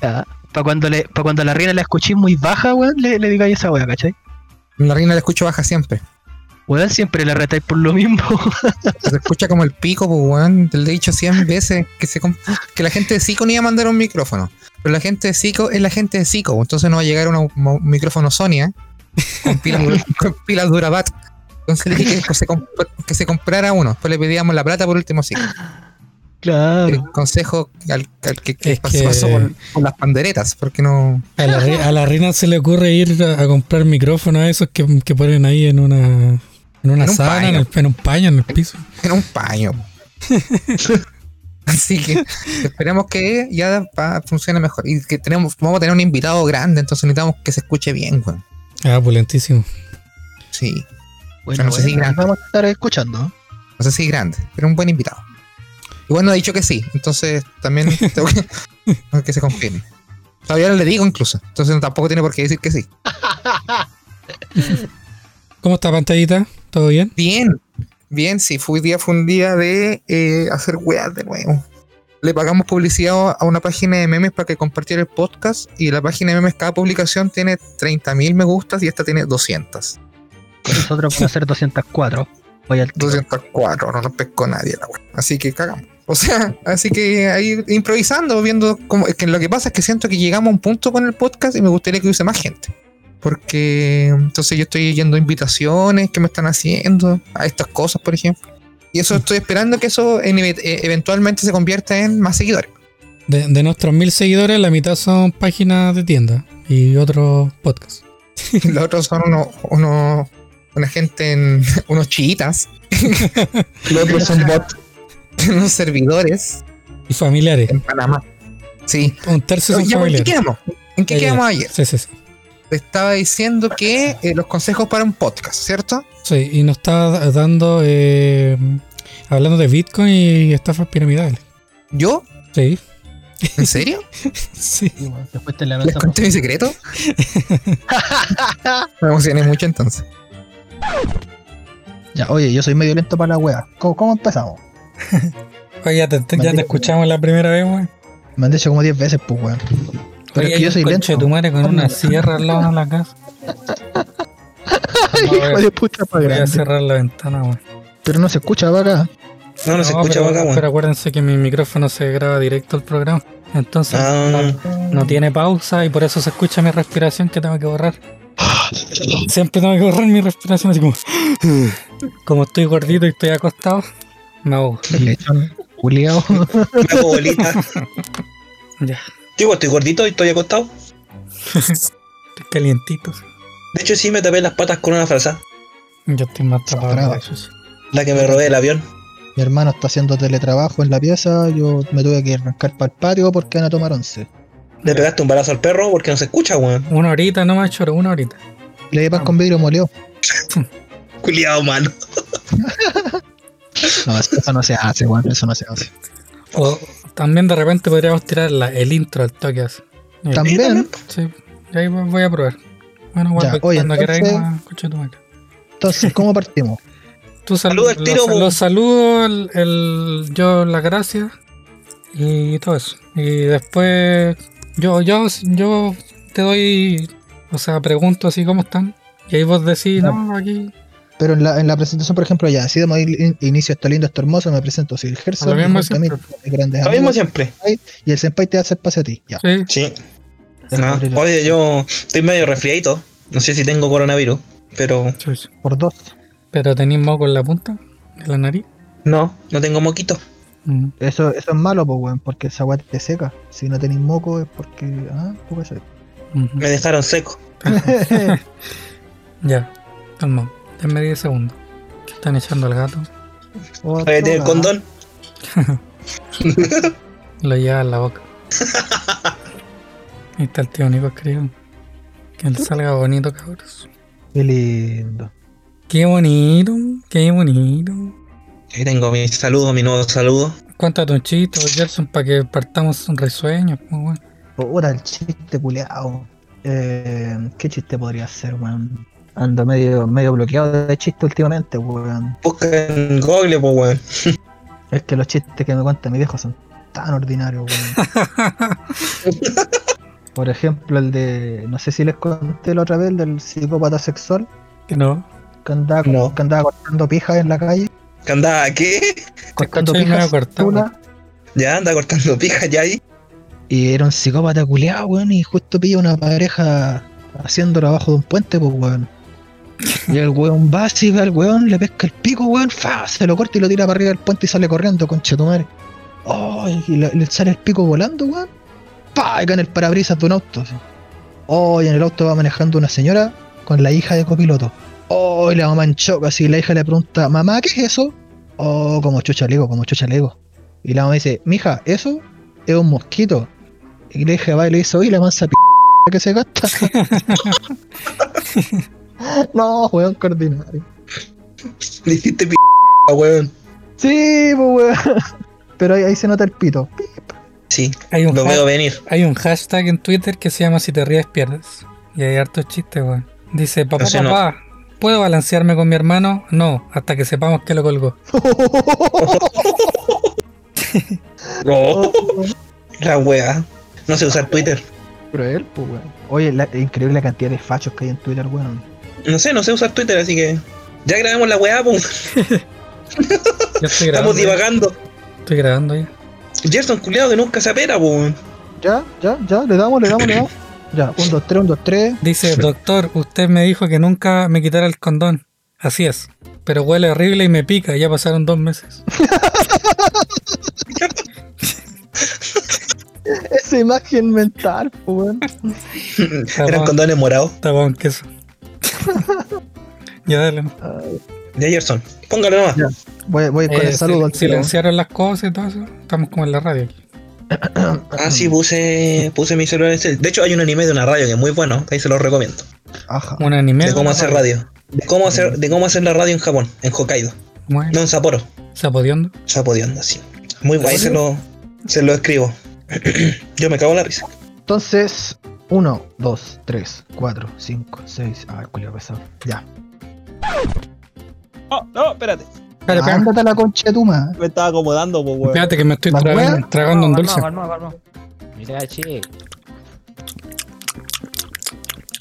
[SPEAKER 2] Para cuando, le, pa cuando la reina la escuché muy baja, weón, le, le digáis esa weá, ¿cachai?
[SPEAKER 4] La reina la escucho baja siempre.
[SPEAKER 2] Weón, siempre la retáis por lo mismo.
[SPEAKER 4] Se escucha como el pico, pues, weón. Te lo he dicho 100 veces que, se, com- que la gente de Zico no iba a mandar un micrófono. Pero la gente de Zico es la gente de Zico. pues. Entonces no va a llegar una- un micrófono Sony, ¿eh? Con pilas, dura- con pilas Durabat. Entonces le dije que, se comp- que se comprara uno. Después le pedíamos la plata por último, sí.
[SPEAKER 2] claro.
[SPEAKER 4] El consejo al, al que, que
[SPEAKER 1] Es
[SPEAKER 4] pasó,
[SPEAKER 1] que-
[SPEAKER 4] pasó con, con las panderetas, porque no.
[SPEAKER 1] A la, re- a la reina se le ocurre ir a, a comprar micrófonos a esos que, que ponen ahí en una, en una
[SPEAKER 4] En un
[SPEAKER 1] sábana, en,
[SPEAKER 4] paño.
[SPEAKER 1] el- en un paño, en el piso.
[SPEAKER 4] Era un paño. Así que esperemos que ya pa- funcione mejor. Y que tenemos, vamos a tener un invitado grande, entonces necesitamos que se escuche bien, weón.
[SPEAKER 1] Ah, pulentísimo.
[SPEAKER 4] Sí.
[SPEAKER 2] Bueno,
[SPEAKER 4] no sé si
[SPEAKER 2] weón,
[SPEAKER 4] grande.
[SPEAKER 2] vamos a estar escuchando. ¿no?
[SPEAKER 4] No sé si grande, pero un buen invitado. Y bueno, ha dicho que sí, entonces también tengo que, tengo que se confirme. Todavía no le digo incluso, entonces tampoco tiene por qué decir que sí.
[SPEAKER 1] ¿Cómo está pantallita? ¿Todo bien?
[SPEAKER 4] Bien, bien, sí, fue, día, fue un día de eh, hacer weas de nuevo. Le pagamos publicidad a una página de memes para que compartiera el podcast y la página de memes, cada publicación tiene 30.000 me gustas y esta tiene 200.
[SPEAKER 2] Nosotros vamos a hacer 204. Voy al
[SPEAKER 4] 204, no nos pescó nadie la wea. Así que cagamos. O sea, así que ahí improvisando, viendo cómo. Es que lo que pasa es que siento que llegamos a un punto con el podcast y me gustaría que hubiese más gente. Porque entonces yo estoy yendo a invitaciones que me están haciendo a estas cosas, por ejemplo. Y eso estoy esperando que eso en- eh, eventualmente se convierta en más seguidores.
[SPEAKER 1] De, de nuestros mil seguidores, la mitad son páginas de tienda y otros podcasts.
[SPEAKER 4] Los otros son unos, unos- una gente en unos chiitas. Los otros son bots, unos servidores
[SPEAKER 1] Y familiares.
[SPEAKER 4] en Panamá. Sí.
[SPEAKER 1] Un tercio son
[SPEAKER 4] Ya, ¿En qué
[SPEAKER 1] familiares.
[SPEAKER 4] quedamos? ¿En qué
[SPEAKER 1] Ayer.
[SPEAKER 4] quedamos ayer?
[SPEAKER 1] Sí, sí, sí.
[SPEAKER 4] Te estaba diciendo que eh, los consejos para un podcast, ¿cierto?
[SPEAKER 1] Sí, y nos está dando. eh, hablando de Bitcoin y estafas piramidales.
[SPEAKER 4] ¿Yo?
[SPEAKER 1] Sí,
[SPEAKER 4] ¿En serio?
[SPEAKER 1] sí.
[SPEAKER 10] Después te la
[SPEAKER 4] ¿Les conté mi secreto? Me emocioné mucho entonces.
[SPEAKER 2] Ya, oye, yo soy medio lento para la wea. ¿Cómo, cómo empezamos?
[SPEAKER 1] Oye, ya te, te- ya te
[SPEAKER 2] Maldito.
[SPEAKER 1] escuchamos la primera vez, weón.
[SPEAKER 2] Me han dicho como 10 veces, pues weón. Pero es que yo soy lento.
[SPEAKER 1] tu madre con una sierra al lado de la casa. No,
[SPEAKER 2] Hijo
[SPEAKER 1] voy,
[SPEAKER 2] de puta pa'
[SPEAKER 1] a, voy a
[SPEAKER 2] grande.
[SPEAKER 1] cerrar la ventana, weón.
[SPEAKER 2] Pero no se escucha para acá.
[SPEAKER 6] No, no se
[SPEAKER 1] No,
[SPEAKER 6] escucha
[SPEAKER 1] pero,
[SPEAKER 6] acá,
[SPEAKER 1] pero
[SPEAKER 6] weón.
[SPEAKER 1] acuérdense que mi micrófono se graba directo al programa. Entonces
[SPEAKER 6] Ah,
[SPEAKER 1] no tiene pausa y por eso se escucha mi respiración que tengo que borrar. Siempre tengo que borrar mi respiración así como... Como estoy gordito y estoy acostado, me ahogo.
[SPEAKER 2] Lechón, Juliao.
[SPEAKER 6] me hago bolita.
[SPEAKER 1] Ya.
[SPEAKER 6] Digo, estoy gordito y estoy acostado.
[SPEAKER 1] Estoy calientito. sí.
[SPEAKER 6] De hecho, sí me tapé las patas con una frase.
[SPEAKER 1] Yo estoy más tapado.
[SPEAKER 2] Sagrado.
[SPEAKER 1] que Jesús.
[SPEAKER 6] La que me robé del avión.
[SPEAKER 2] Mi hermano está haciendo teletrabajo en la pieza. Yo me tuve que arrancar para el patio porque van a tomar once.
[SPEAKER 6] Le pegaste un balazo al perro porque no se escucha, weón.
[SPEAKER 1] Una horita no más choro, una horita.
[SPEAKER 2] Le di pan con vidrio moleo.
[SPEAKER 6] Culiado malo.
[SPEAKER 2] No, eso eso no se hace, weón. Eso no se hace.
[SPEAKER 1] O también de repente podríamos tirar la- el intro al toque así. Ya,
[SPEAKER 2] También,
[SPEAKER 6] pues,
[SPEAKER 1] Sí, y ahí voy a probar. Bueno,
[SPEAKER 2] Ya,
[SPEAKER 1] bueno,
[SPEAKER 2] oye,
[SPEAKER 1] cuando queráis,
[SPEAKER 2] entonces-
[SPEAKER 1] más, escucha tu madre.
[SPEAKER 2] entonces, ¿cómo partimos?
[SPEAKER 1] Tú sal-
[SPEAKER 6] Saluda al
[SPEAKER 1] los-
[SPEAKER 6] tiro,
[SPEAKER 1] los,
[SPEAKER 6] po.
[SPEAKER 1] saludo, el, el- yo las gracias y todo eso. Y después yo, yo, yo te doy, o sea, pregunto así cómo están. Y ahí vos decís, no, aquí,
[SPEAKER 2] Pero en la, en la presentación, por ejemplo, ya, así damos in- inicio, esto lindo, esto hermoso, me presento Sir Gerson,
[SPEAKER 1] Lo mismo
[SPEAKER 2] y junto a mí, mis grandes
[SPEAKER 6] Lo mismo
[SPEAKER 2] amigos,
[SPEAKER 6] siempre.
[SPEAKER 2] y el senpai te hace el pase a ti, ya.
[SPEAKER 1] sí,
[SPEAKER 6] Sí. Ah, oye, yo estoy medio resfriadito. No sé si tengo coronavirus, pero
[SPEAKER 1] sí, sí.
[SPEAKER 2] Por dos.
[SPEAKER 1] Pero tenés moco en la punta, en la nariz.
[SPEAKER 6] no, no tengo moquito.
[SPEAKER 1] Mm.
[SPEAKER 2] Eso, eso es malo, pues, weón, porque esa weá te seca. Si no tenéis moco es porque... Ah, poco eso.
[SPEAKER 1] Ujú.
[SPEAKER 6] Me dejaron seco.
[SPEAKER 1] Ya, calma, denme 10 segundos. ¿Qué están echando al gato?
[SPEAKER 2] Otro
[SPEAKER 6] Voy a tener
[SPEAKER 2] lado.
[SPEAKER 6] condón.
[SPEAKER 1] Lo lleva en la boca. Ahí está el tío Nico escribiendo. Que le salga bonito, cabros.
[SPEAKER 2] Qué lindo.
[SPEAKER 1] Qué bonito, qué bonito.
[SPEAKER 6] Ahí tengo mi saludo, mi nuevo saludo.
[SPEAKER 1] Cuéntate un chiste, pues, Gerson, para que partamos un risueño. pues, weón.
[SPEAKER 2] Ahora el chiste puleado. Eh, ¿Qué chiste podría ser, weón? Ando medio, medio bloqueado de chiste últimamente, weón.
[SPEAKER 6] Busca en Google, pues, weón.
[SPEAKER 2] Es que los chistes que me cuentan mis viejos son tan ordinarios, weón. Por ejemplo, el de. No sé si les conté la otra vez, el del psicópata sexual
[SPEAKER 1] Que no.
[SPEAKER 2] que andaba,
[SPEAKER 6] No.
[SPEAKER 2] que andaba cortando pijas en la calle.
[SPEAKER 6] ¿Qué anda? ¿Qué?
[SPEAKER 2] Cortando
[SPEAKER 1] cachai, no
[SPEAKER 2] pijas.
[SPEAKER 1] era cortado.
[SPEAKER 2] sola,
[SPEAKER 6] Ya anda cortando pijas ya ahí.
[SPEAKER 2] Y era un psicópata culeado, weón, y justo pilla una pareja haciéndolo abajo de un puente, pues weón. Y el weón va así, ve al weón, le pesca el pico, weón, fa, se lo corta y lo tira para arriba del puente y sale corriendo, concha tu madre. Oh, y le, le sale el pico volando, weón. Pa, y cae en el parabrisas de un auto. así. Oh, y en el auto va manejando una señora con la hija de copiloto. Oh, y la mamá en shock, así, y la hija le pregunta, mamá, ¿qué es eso? Oh, como chucha lego, como chucha lego. Y la mamá dice, mija, eso es un mosquito. Y le dije, va, y le hizo, oye, la mansa p que se gasta. no, weón, coordinario.
[SPEAKER 6] Le hiciste p, weón.
[SPEAKER 2] Sí, pues weón. Pero ahí, ahí se nota el pito.
[SPEAKER 6] Sí,
[SPEAKER 1] Hay un,
[SPEAKER 6] lo
[SPEAKER 1] ha-
[SPEAKER 6] veo venir.
[SPEAKER 1] hay un hashtag en Twitter que se llama Si te ríes, pierdes. Y hay hartos chistes, weón. Dice, papá,
[SPEAKER 6] O sea, no.
[SPEAKER 1] papá, ¿puedo balancearme con mi hermano? No, hasta que sepamos que lo colgó.
[SPEAKER 6] No. La wea. No sé usar Twitter.
[SPEAKER 2] Cruel, pues weón. Oye, la, increíble la cantidad de fachos que hay en Twitter, weón.
[SPEAKER 6] No sé, no sé usar Twitter, así que. Ya grabamos la weá, pues.
[SPEAKER 1] Yo estoy
[SPEAKER 6] Estamos
[SPEAKER 1] grabando.
[SPEAKER 6] divagando.
[SPEAKER 1] Estoy grabando ya.
[SPEAKER 6] Gerson, culiado, que nunca se apera, po, weón.
[SPEAKER 2] Ya, ya, ya, le damos, le damos, le damos. Ya, un, dos, tres, un, dos, tres.
[SPEAKER 1] Dice, doctor, usted me dijo que nunca me quitara el condón. Así es. Pero huele horrible y me pica. Ya pasaron dos meses.
[SPEAKER 2] Esa imagen mental, po, weón.
[SPEAKER 6] Eran
[SPEAKER 1] bueno.
[SPEAKER 6] condones morados.
[SPEAKER 1] Está con queso. ya dale.
[SPEAKER 6] Ya, Gerson, póngalo nomás.
[SPEAKER 2] Voy, voy con
[SPEAKER 1] Eh,
[SPEAKER 2] el saludo ¿eh?
[SPEAKER 1] sil-
[SPEAKER 2] al tiro.
[SPEAKER 1] silenciaron las cosas y todo eso. Estamos como en la radio aquí.
[SPEAKER 6] Ah, sí, puse, puse mi celular en cel. De hecho, hay un anime de una radio que es muy bueno, ahí se lo recomiendo.
[SPEAKER 2] Ajá.
[SPEAKER 1] Un anime.
[SPEAKER 6] De cómo hacer radio. De cómo hacer, de cómo hacer la radio en Japón, en Hokkaido.
[SPEAKER 1] Bueno,
[SPEAKER 6] No en Sapporo.
[SPEAKER 1] sapodeando.
[SPEAKER 6] Sapo de onda, sí. Muy guay, se lo, se lo escribo. Yo me cago en la risa.
[SPEAKER 2] Entonces, 1, 2, 3, 4, 5, 6. Ah, culiao pesado. Ya.
[SPEAKER 6] No, Oh, no, espérate.
[SPEAKER 1] Espera, espera.
[SPEAKER 2] Ándate a la concha de tu madre.
[SPEAKER 6] Me estaba acomodando, pues, weón.
[SPEAKER 1] Espérate que me estoy
[SPEAKER 2] ¿Las
[SPEAKER 1] tragando,
[SPEAKER 2] huevas?
[SPEAKER 1] tragando un
[SPEAKER 9] Calma,
[SPEAKER 1] dulce.
[SPEAKER 9] calma, calma. Mira, che.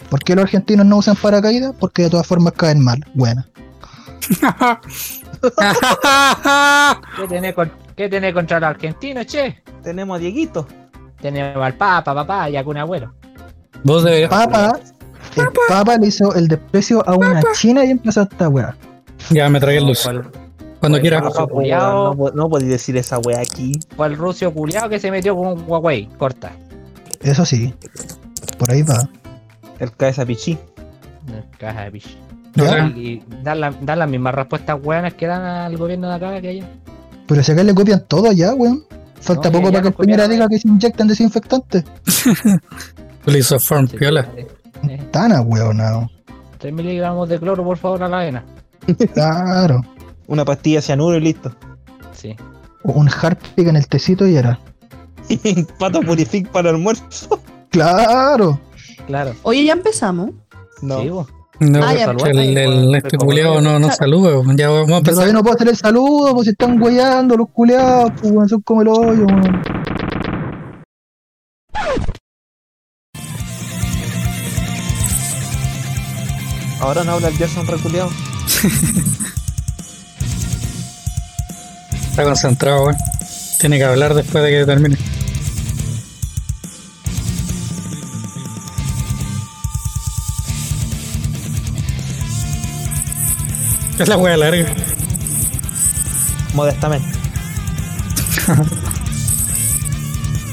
[SPEAKER 2] ¿Por qué los argentinos no usan paracaídas? Porque de todas formas caen mal. Buena.
[SPEAKER 9] ¿Qué tiene, con- qué tiene contra los argentinos, che?
[SPEAKER 6] Tenemos a Dieguito.
[SPEAKER 9] Tenemos al Papa, papá y algún abuelo.
[SPEAKER 1] Vos deberías.
[SPEAKER 2] Papa, el Papa le hizo el desprecio a una china y empezó esta weá.
[SPEAKER 1] Ya me tragué el dulce.
[SPEAKER 9] Fue el,
[SPEAKER 1] Cuando
[SPEAKER 9] Bueno,
[SPEAKER 1] quieras.
[SPEAKER 7] Ah,
[SPEAKER 9] vamos. Papá, culiao.
[SPEAKER 6] No, po- no podía decir esa weá aquí.
[SPEAKER 9] fue el ruso culiado que se metió con un Huawei. Corta.
[SPEAKER 2] Eso sí. Por ahí va.
[SPEAKER 6] El cabeza pichí.
[SPEAKER 9] Caja de piche.
[SPEAKER 1] Ya.
[SPEAKER 9] Y, y dan, la- dan las mismas respuestas hueonas que dan al gobierno de acá que allá.
[SPEAKER 2] Pero si acá le copian todo ya, weón. Falta
[SPEAKER 9] No,
[SPEAKER 2] poco para
[SPEAKER 9] ya, ya
[SPEAKER 2] que el
[SPEAKER 9] nos copiaron,
[SPEAKER 2] Piñera diga que se inyectan desinfectantes.
[SPEAKER 1] Le hizo form uh, piola.
[SPEAKER 9] Eh,
[SPEAKER 2] Tana, weón. no.
[SPEAKER 9] 3 miligramos de cloro, por favor, a la vena.
[SPEAKER 2] Claro.
[SPEAKER 6] Una pastilla cianuro y listo.
[SPEAKER 9] Sí.
[SPEAKER 2] Un harpic en el tecito y era.
[SPEAKER 6] Pato purific para el almuerzo.
[SPEAKER 2] Claro.
[SPEAKER 9] Claro.
[SPEAKER 7] Oye, ya empezamos.
[SPEAKER 6] No.
[SPEAKER 9] Sí, vos.
[SPEAKER 1] No,
[SPEAKER 7] Ah, ya. pues,
[SPEAKER 1] porque el, el, este culiao no, no saluda. weón. Ya vamos a
[SPEAKER 2] Yo
[SPEAKER 1] empezar.
[SPEAKER 2] todavía no puedo hacer el saludo, pues si están guayando los culeados, pues weón, son como el hoyo, weón.
[SPEAKER 6] Ahora no habla el Gerson reculeado.
[SPEAKER 1] Está concentrado, weón. Tiene que hablar después de que termine. Es la wea larga.
[SPEAKER 6] Modestamente.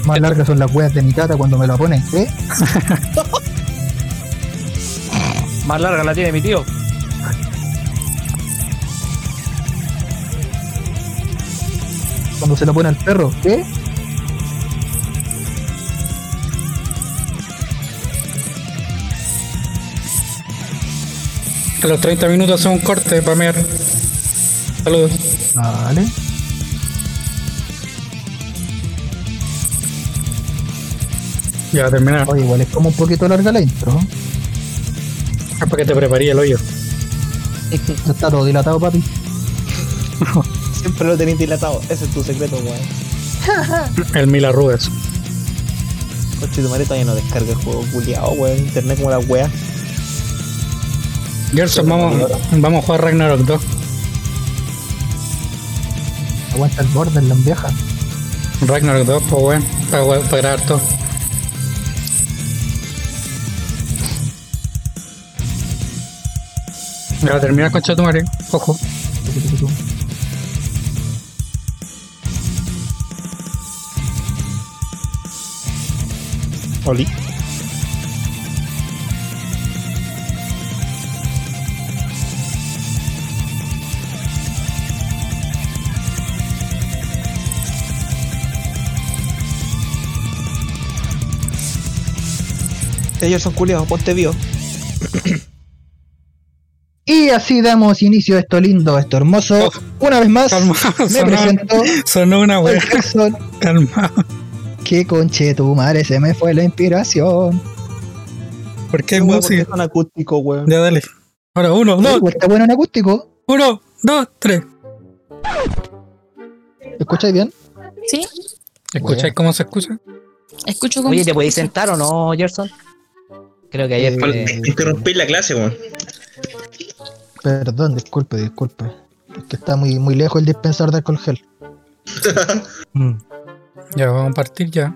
[SPEAKER 2] Más largas son las weas de mi tata cuando me la ponen, ¿eh?
[SPEAKER 9] Más larga la tiene mi tío.
[SPEAKER 2] Cuando se la pone al perro, ¿eh?
[SPEAKER 1] A los 30 minutos hacemos un corte para mear. Saludos.
[SPEAKER 2] Vale.
[SPEAKER 1] Ya terminar.
[SPEAKER 2] Oye, igual es como un poquito larga la intro. ¿no?
[SPEAKER 1] Es para que te preparí el hoyo.
[SPEAKER 2] Es que esto está todo dilatado, papi.
[SPEAKER 6] Siempre lo tenéis dilatado. Ese es tu secreto, weón.
[SPEAKER 1] El mil arrugas.
[SPEAKER 6] Coche, tu madre todavía no descarga el juego culiao, weón. Internet como la wea.
[SPEAKER 1] Gerson, vamos, vamos a jugar Ragnarok 2.
[SPEAKER 2] Aguanta el borde en la vieja.
[SPEAKER 1] Ragnarok 2, pues weón. Para, we- para grabar todo. Ya termina con tu madre. Ojo.
[SPEAKER 6] Oli. Ellos son culiados, ponte vivo.
[SPEAKER 2] Y así damos inicio a esto lindo, a esto hermoso. Una vez más,
[SPEAKER 1] Oh, Calma,
[SPEAKER 2] me
[SPEAKER 1] sonó,
[SPEAKER 2] presento
[SPEAKER 1] sonó una
[SPEAKER 2] soy
[SPEAKER 1] wea.
[SPEAKER 2] Jackson.
[SPEAKER 1] Calma.
[SPEAKER 2] Que conche tu madre, se me fue la inspiración.
[SPEAKER 1] ¿Por qué
[SPEAKER 6] Weón, ¿por qué
[SPEAKER 1] música?
[SPEAKER 6] son acústicos, weón?
[SPEAKER 1] Ya dale. Ahora, uno,
[SPEAKER 2] Oye,
[SPEAKER 1] dos,
[SPEAKER 2] igual Está bueno en acústico.
[SPEAKER 1] uno, dos, tres.
[SPEAKER 2] ¿Escucháis bien?
[SPEAKER 8] ¿Sí?
[SPEAKER 1] ¿Escucháis cómo se escucha?
[SPEAKER 8] Escucho como.
[SPEAKER 9] Oye, ¿te podéis sentar o no, Gerson? Creo que ayer.
[SPEAKER 6] Bueno,
[SPEAKER 9] eh,
[SPEAKER 6] Interrumpí la clase, weón.
[SPEAKER 2] Perdón, disculpe, disculpe. Es que está muy, muy lejos el dispensador de alcohol gel.
[SPEAKER 9] Mm.
[SPEAKER 1] Ya, vamos a partir ya.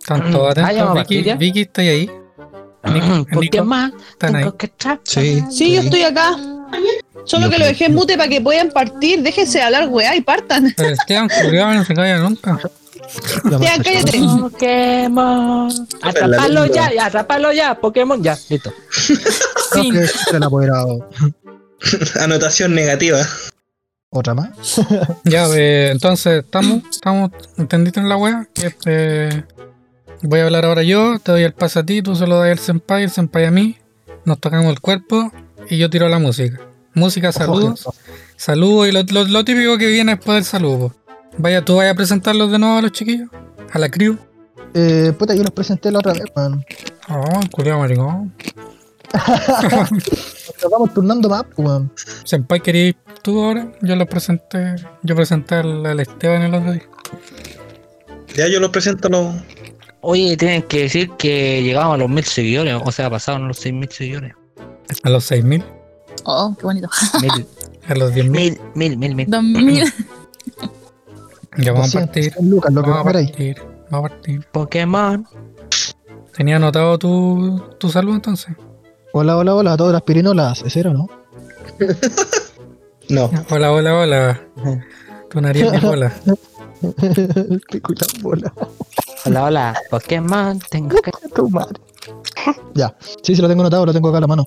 [SPEAKER 1] Están
[SPEAKER 9] Mm.
[SPEAKER 1] todos
[SPEAKER 9] Ah, ya
[SPEAKER 1] atentos.
[SPEAKER 9] vamos
[SPEAKER 1] Vicky,
[SPEAKER 9] a partir ya.
[SPEAKER 1] Vicky, ¿estás ahí? Nico,
[SPEAKER 9] ¿Por qué
[SPEAKER 1] Nico,
[SPEAKER 9] más?
[SPEAKER 1] ¿Están ahí?
[SPEAKER 9] Tengo que tra-
[SPEAKER 12] Sí.
[SPEAKER 7] Sí, yo estoy acá. Solo que lo dejé en mute para que puedan partir. Déjense de hablar, weá, y partan.
[SPEAKER 1] Pero Esteban, culiao, no se calla nunca.
[SPEAKER 7] Esteban, cállate.
[SPEAKER 9] Pokémon. Atrapalo ya, ya, atrapalo ya, Pokémon, ya, listo.
[SPEAKER 2] Creo que se han apoderado.
[SPEAKER 6] Anotación negativa.
[SPEAKER 2] ¿Otra más?
[SPEAKER 1] Ya, eh, entonces, ¿estamos? ¿Estamos? ¿Entendiste en la wea? Que, eh, voy a hablar ahora yo, te doy el pase a ti, tú se lo das al senpai, el senpai a mí. Nos tocamos el cuerpo y yo tiro la música. Música, saludos. Saludos y lo, lo- lo típico que viene después del saludo. Vaya, ¿tú vas a presentarlos de nuevo a los chiquillos? ¿A la crew?
[SPEAKER 2] Eh, puta, yo los presenté la otra vez, weón.
[SPEAKER 1] Oh, culiao maricón.
[SPEAKER 2] Nos vamos turnando más, pues, weón.
[SPEAKER 1] Senpai, ¿querís tú ahora? Yo lo presenté, yo presenté al, al Esteban el otro día.
[SPEAKER 6] Ya yo los presento a los.
[SPEAKER 9] Oye, tienen que decir que llegamos a los mil seguidores, o sea, pasaron los seis mil seguidores.
[SPEAKER 1] A los 6.000,
[SPEAKER 8] Oh, qué bonito.
[SPEAKER 9] Mil,
[SPEAKER 1] a los 10.000.
[SPEAKER 9] mil, mil, mil, mil.
[SPEAKER 8] 2000.
[SPEAKER 1] Ya vamos a
[SPEAKER 2] 200,
[SPEAKER 1] partir.
[SPEAKER 2] 100 Lucas, lo que
[SPEAKER 1] Vamos a
[SPEAKER 2] queráis.
[SPEAKER 1] partir, vamos a partir.
[SPEAKER 9] Pokémon.
[SPEAKER 1] ¿Tenía anotado tu, tu saludo entonces?
[SPEAKER 2] Hola, hola, hola a todas las pirinolas. ¿Es cero, no?
[SPEAKER 6] No.
[SPEAKER 1] Hola, hola, hola. Tu nariz mi bola.
[SPEAKER 2] Pico y la bola.
[SPEAKER 9] Hola, hola, Pokémon, tengo que.
[SPEAKER 2] Tu madre. Ya. Sí, se lo tengo anotado, lo tengo acá a la mano.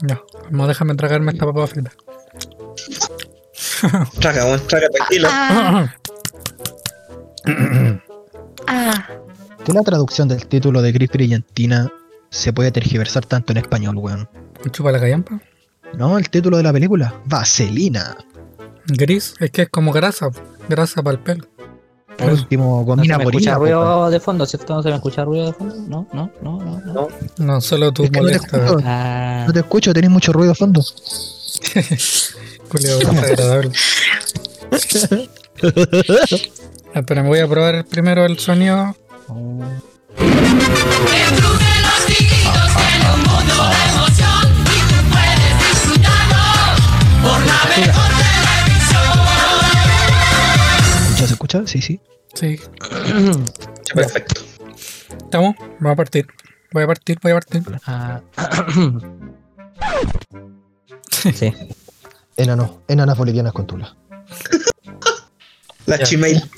[SPEAKER 1] No, no déjame tragarme esta papa frita.
[SPEAKER 6] Traga, weón, traga, tranquilo.
[SPEAKER 1] Ah,
[SPEAKER 2] Que la traducción del título de Gris Brillantina se puede tergiversar tanto en español, weón.
[SPEAKER 1] Chupa la callampa.
[SPEAKER 2] No, el título de la película, Vaselina.
[SPEAKER 1] Gris, es que es como grasa, grasa para el pelo.
[SPEAKER 2] Por último,
[SPEAKER 9] No se
[SPEAKER 2] gomina
[SPEAKER 9] me
[SPEAKER 2] gorila,
[SPEAKER 9] escucha
[SPEAKER 2] po, weón.
[SPEAKER 9] ruido de fondo, ¿cierto? No se me escucha ruido de fondo. No, no, no, no. no.
[SPEAKER 1] No, solo tú
[SPEAKER 2] Es que no te
[SPEAKER 1] molestas.
[SPEAKER 2] escucho,
[SPEAKER 9] Ah,
[SPEAKER 2] no te escucho, tenés mucho ruido a fondo.
[SPEAKER 1] Culeo desagradable. Ah, Pero me voy a probar primero el sonido.
[SPEAKER 2] ¿Ya se escucha? Sí, sí.
[SPEAKER 1] Sí.
[SPEAKER 3] Ah,
[SPEAKER 6] Perfecto.
[SPEAKER 1] ¿Estamos? Vamos a partir. Voy a partir, voy a partir.
[SPEAKER 9] ah, sí.
[SPEAKER 2] Enano, enanas bolivianas con tula.
[SPEAKER 6] La
[SPEAKER 1] Ya.
[SPEAKER 6] chimail.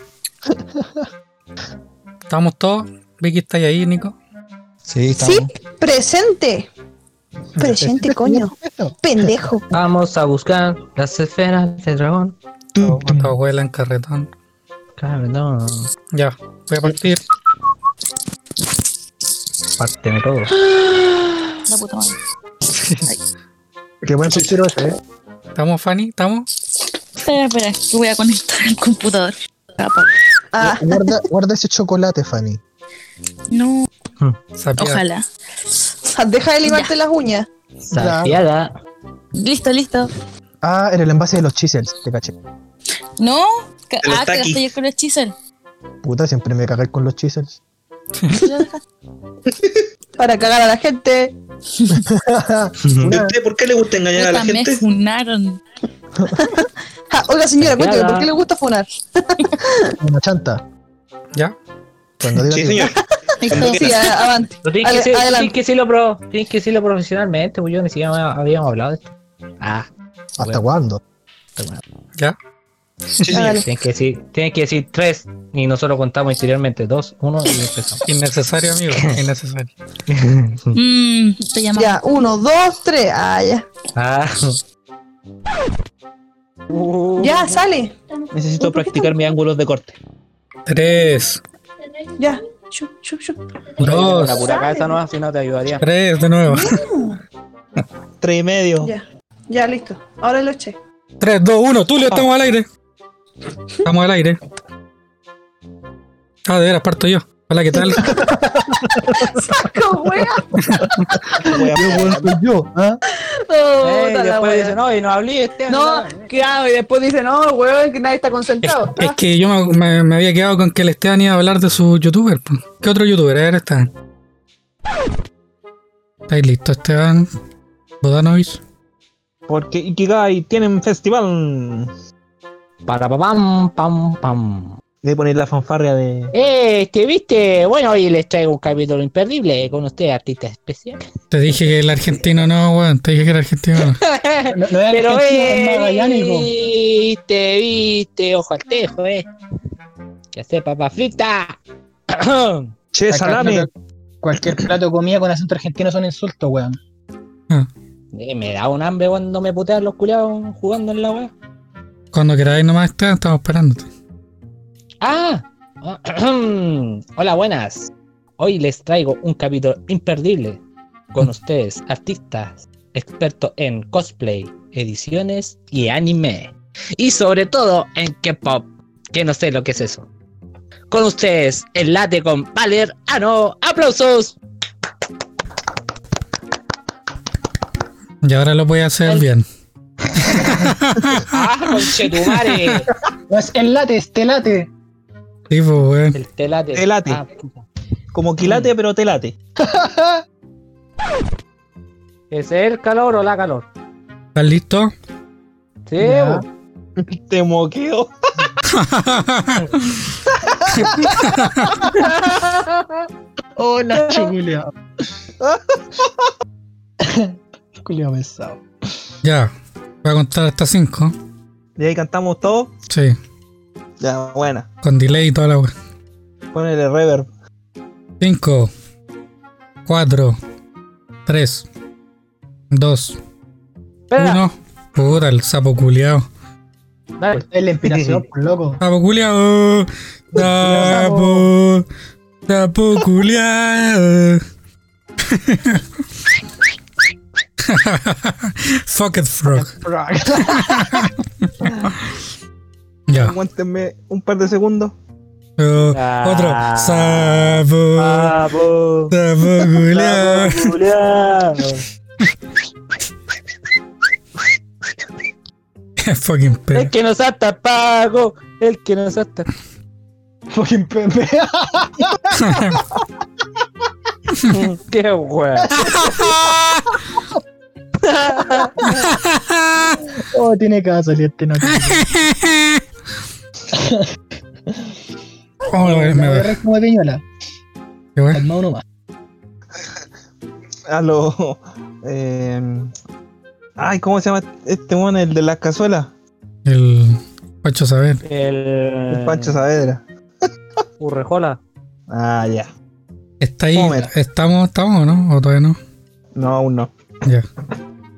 [SPEAKER 1] ¿Estamos todos? Vicky, está ahí, Nico?
[SPEAKER 13] Sí,
[SPEAKER 7] Sí,
[SPEAKER 13] estamos.
[SPEAKER 7] presente. Presente, coño. Pendejo.
[SPEAKER 9] Vamos a buscar las esferas de dragón.
[SPEAKER 1] Todo cuando vuela en carretón.
[SPEAKER 9] Cabrón,
[SPEAKER 1] Ya, voy a partir.
[SPEAKER 9] párteme todo.
[SPEAKER 8] La puta madre.
[SPEAKER 2] Qué buen suspiro ese, eh.
[SPEAKER 1] ¿Estamos, Fanny? ¿Estamos?
[SPEAKER 8] Espera, Eh, espera, que voy a conectar el computador. Capa.
[SPEAKER 7] Ah,
[SPEAKER 2] Guarda, guarda ese chocolate, Fanny.
[SPEAKER 8] No,
[SPEAKER 1] Sapia.
[SPEAKER 8] ojalá.
[SPEAKER 7] deja de limarte las uñas.
[SPEAKER 9] Saciada.
[SPEAKER 8] Listo, listo.
[SPEAKER 2] Ah, era el envase de los chisels, te caché.
[SPEAKER 8] No. ca-
[SPEAKER 6] Pero
[SPEAKER 8] Ah,
[SPEAKER 6] está
[SPEAKER 8] te
[SPEAKER 6] aquí.
[SPEAKER 8] gasté yo con el chisel.
[SPEAKER 2] Puta, siempre me cagáis con los chisels.
[SPEAKER 7] Para cagar a la gente.
[SPEAKER 6] ¿Y usted por qué le gusta engañar a la
[SPEAKER 8] Puta, me
[SPEAKER 6] gente?
[SPEAKER 8] funaron.
[SPEAKER 7] Ja, oiga, señora, cuénteme,
[SPEAKER 9] Nada.
[SPEAKER 7] ¿por qué le gusta funar?
[SPEAKER 2] Una chanta.
[SPEAKER 1] ¿Ya?
[SPEAKER 2] Cuando diga
[SPEAKER 6] Sí,
[SPEAKER 2] que-
[SPEAKER 6] señor. Cuando
[SPEAKER 7] Sí,
[SPEAKER 6] quiera.
[SPEAKER 7] a- avante.
[SPEAKER 9] Tú tienes que
[SPEAKER 7] Ade-
[SPEAKER 9] ser-
[SPEAKER 7] adelante.
[SPEAKER 9] tienes que decirlo pro- tienes que decirlo profesionalmente, pues yo ni siquiera me- habíamos hablado de esto. Ah,
[SPEAKER 2] ¿Hasta cuándo?
[SPEAKER 1] ¿Ya?
[SPEAKER 6] Sí, señor.
[SPEAKER 7] Hágale.
[SPEAKER 9] tienes que decir, tienes que decir tres y nosotros contamos interiormente dos, uno y empezamos.
[SPEAKER 1] Innecesario, amigo. Innecesario.
[SPEAKER 6] Hmm.
[SPEAKER 8] Mmm, te llamaba.
[SPEAKER 7] Ya, uno, dos, tres. Ah, ya.
[SPEAKER 9] Ah.
[SPEAKER 7] Ya, sale.
[SPEAKER 9] Necesito practicar mis ángulos de corte.
[SPEAKER 1] Tres,
[SPEAKER 7] Ya. Chup, chup, chup.
[SPEAKER 9] La
[SPEAKER 1] dos,
[SPEAKER 9] pura cabeza no, si no te ayudaría.
[SPEAKER 1] tres de nuevo.
[SPEAKER 9] Tres y medio.
[SPEAKER 7] Ya. Ya, listo. Ahora lo eché.
[SPEAKER 1] Tres, dos, uno. Tulio, estamos al aire. Estamos al aire. Ah, de veras, parto yo. Hola, ¿qué tal?
[SPEAKER 7] ¡Saco, wea!
[SPEAKER 2] yo, ¿ah?
[SPEAKER 7] Oh,
[SPEAKER 9] Eh,
[SPEAKER 7] puta la
[SPEAKER 9] después
[SPEAKER 7] wea.
[SPEAKER 9] dice, no, y no hablé este.
[SPEAKER 7] No, claro, y después dice, no, weón, que nadie está concentrado.
[SPEAKER 1] Es que yo me, me- me había quedado con que el Esteban iba a hablar de su youtuber. po. ¿Qué otro youtuber? A ver, Esteban. ¿Estáis listo, Esteban? Bodanovich.
[SPEAKER 13] Porque Ikigai tienen festival.
[SPEAKER 9] Para pam pam pam.
[SPEAKER 3] Voy a poner la fanfarria de.
[SPEAKER 9] Eh, este, viste, bueno, hoy les traigo un capítulo imperdible con usted, artista especial.
[SPEAKER 1] Te dije que el argentino no, weón. Te dije que el argentino no.
[SPEAKER 3] No, no era
[SPEAKER 9] Pero eh,
[SPEAKER 3] argentino, era magallánico.
[SPEAKER 9] viste, viste, ojo al tejo, eh. Que hace papa frita.
[SPEAKER 6] Che, salame.
[SPEAKER 3] Cualquier plato de comida con acento argentino son insultos, weón.
[SPEAKER 9] Eh, me da un hambre cuando me putean los culiados jugando en la web.
[SPEAKER 1] Cuando queráis nomás, Esteban, estamos esperándote.
[SPEAKER 9] Ah, hola, buenas. Hoy les traigo un capítulo imperdible con ustedes, artistas, expertos en cosplay, ediciones y anime. Y sobre todo en K-pop, que no sé lo que es eso. Con ustedes, el late con Valer. Ah, no, aplausos.
[SPEAKER 1] Y ahora lo voy a hacer
[SPEAKER 9] Ay.
[SPEAKER 1] bien.
[SPEAKER 9] Ah, conchetumare.
[SPEAKER 3] No es el late, es te late.
[SPEAKER 1] Sí, pues, weón.
[SPEAKER 9] El telate.
[SPEAKER 3] Telate.
[SPEAKER 9] Ah, puta.
[SPEAKER 3] Como quilate, pero te late.
[SPEAKER 9] ¿Es el calor o la calor?
[SPEAKER 1] ¿Estás listo?
[SPEAKER 9] Sí,
[SPEAKER 3] Ya.
[SPEAKER 9] bu.
[SPEAKER 3] Te moqueo.
[SPEAKER 6] Oh,
[SPEAKER 5] Hola, chulia. Julio besado.
[SPEAKER 1] ya. Voy a contar hasta 5.
[SPEAKER 3] Y ahí cantamos todos.
[SPEAKER 1] Sí.
[SPEAKER 3] Ya, buena.
[SPEAKER 1] Con delay y toda la weón.
[SPEAKER 3] Ponele reverb.
[SPEAKER 1] 5, 4, 3, 2,
[SPEAKER 9] Espera,
[SPEAKER 1] 1. Puta, el sapo culiao.
[SPEAKER 9] dale.
[SPEAKER 5] Es la inspiración, por loco.
[SPEAKER 1] Sapo culiao. Sapo. Sapo culiao. Fuck it, frog. Ya.
[SPEAKER 3] Aguántenme un par de segundos.
[SPEAKER 1] Eh,
[SPEAKER 9] Ah.
[SPEAKER 1] otro. Sapo.
[SPEAKER 9] Bravo.
[SPEAKER 1] Sapo culiao. Fucking
[SPEAKER 9] El
[SPEAKER 1] perro.
[SPEAKER 9] que nos ata pago, el que nos ata.
[SPEAKER 5] Fucking Pepe.
[SPEAKER 9] Qué weá.
[SPEAKER 5] Oh, tiene que salir este noche.
[SPEAKER 1] Oh, me- me voy.
[SPEAKER 5] como de piñola.
[SPEAKER 1] Qué bueno.
[SPEAKER 5] Calma uno más.
[SPEAKER 3] A los. Eh, ay, ¿cómo se llama este weón? El de las cazuelas.
[SPEAKER 1] El. Pacho saber.
[SPEAKER 9] El.
[SPEAKER 10] Eh.
[SPEAKER 3] El Pancho Saavedra.
[SPEAKER 9] Urrejola.
[SPEAKER 3] Ah, ya.
[SPEAKER 1] ¿Está ahí?
[SPEAKER 3] Homer.
[SPEAKER 1] ¿Estamos, estamos o no? ¿O todavía no?
[SPEAKER 3] No, aún no.
[SPEAKER 1] Ya.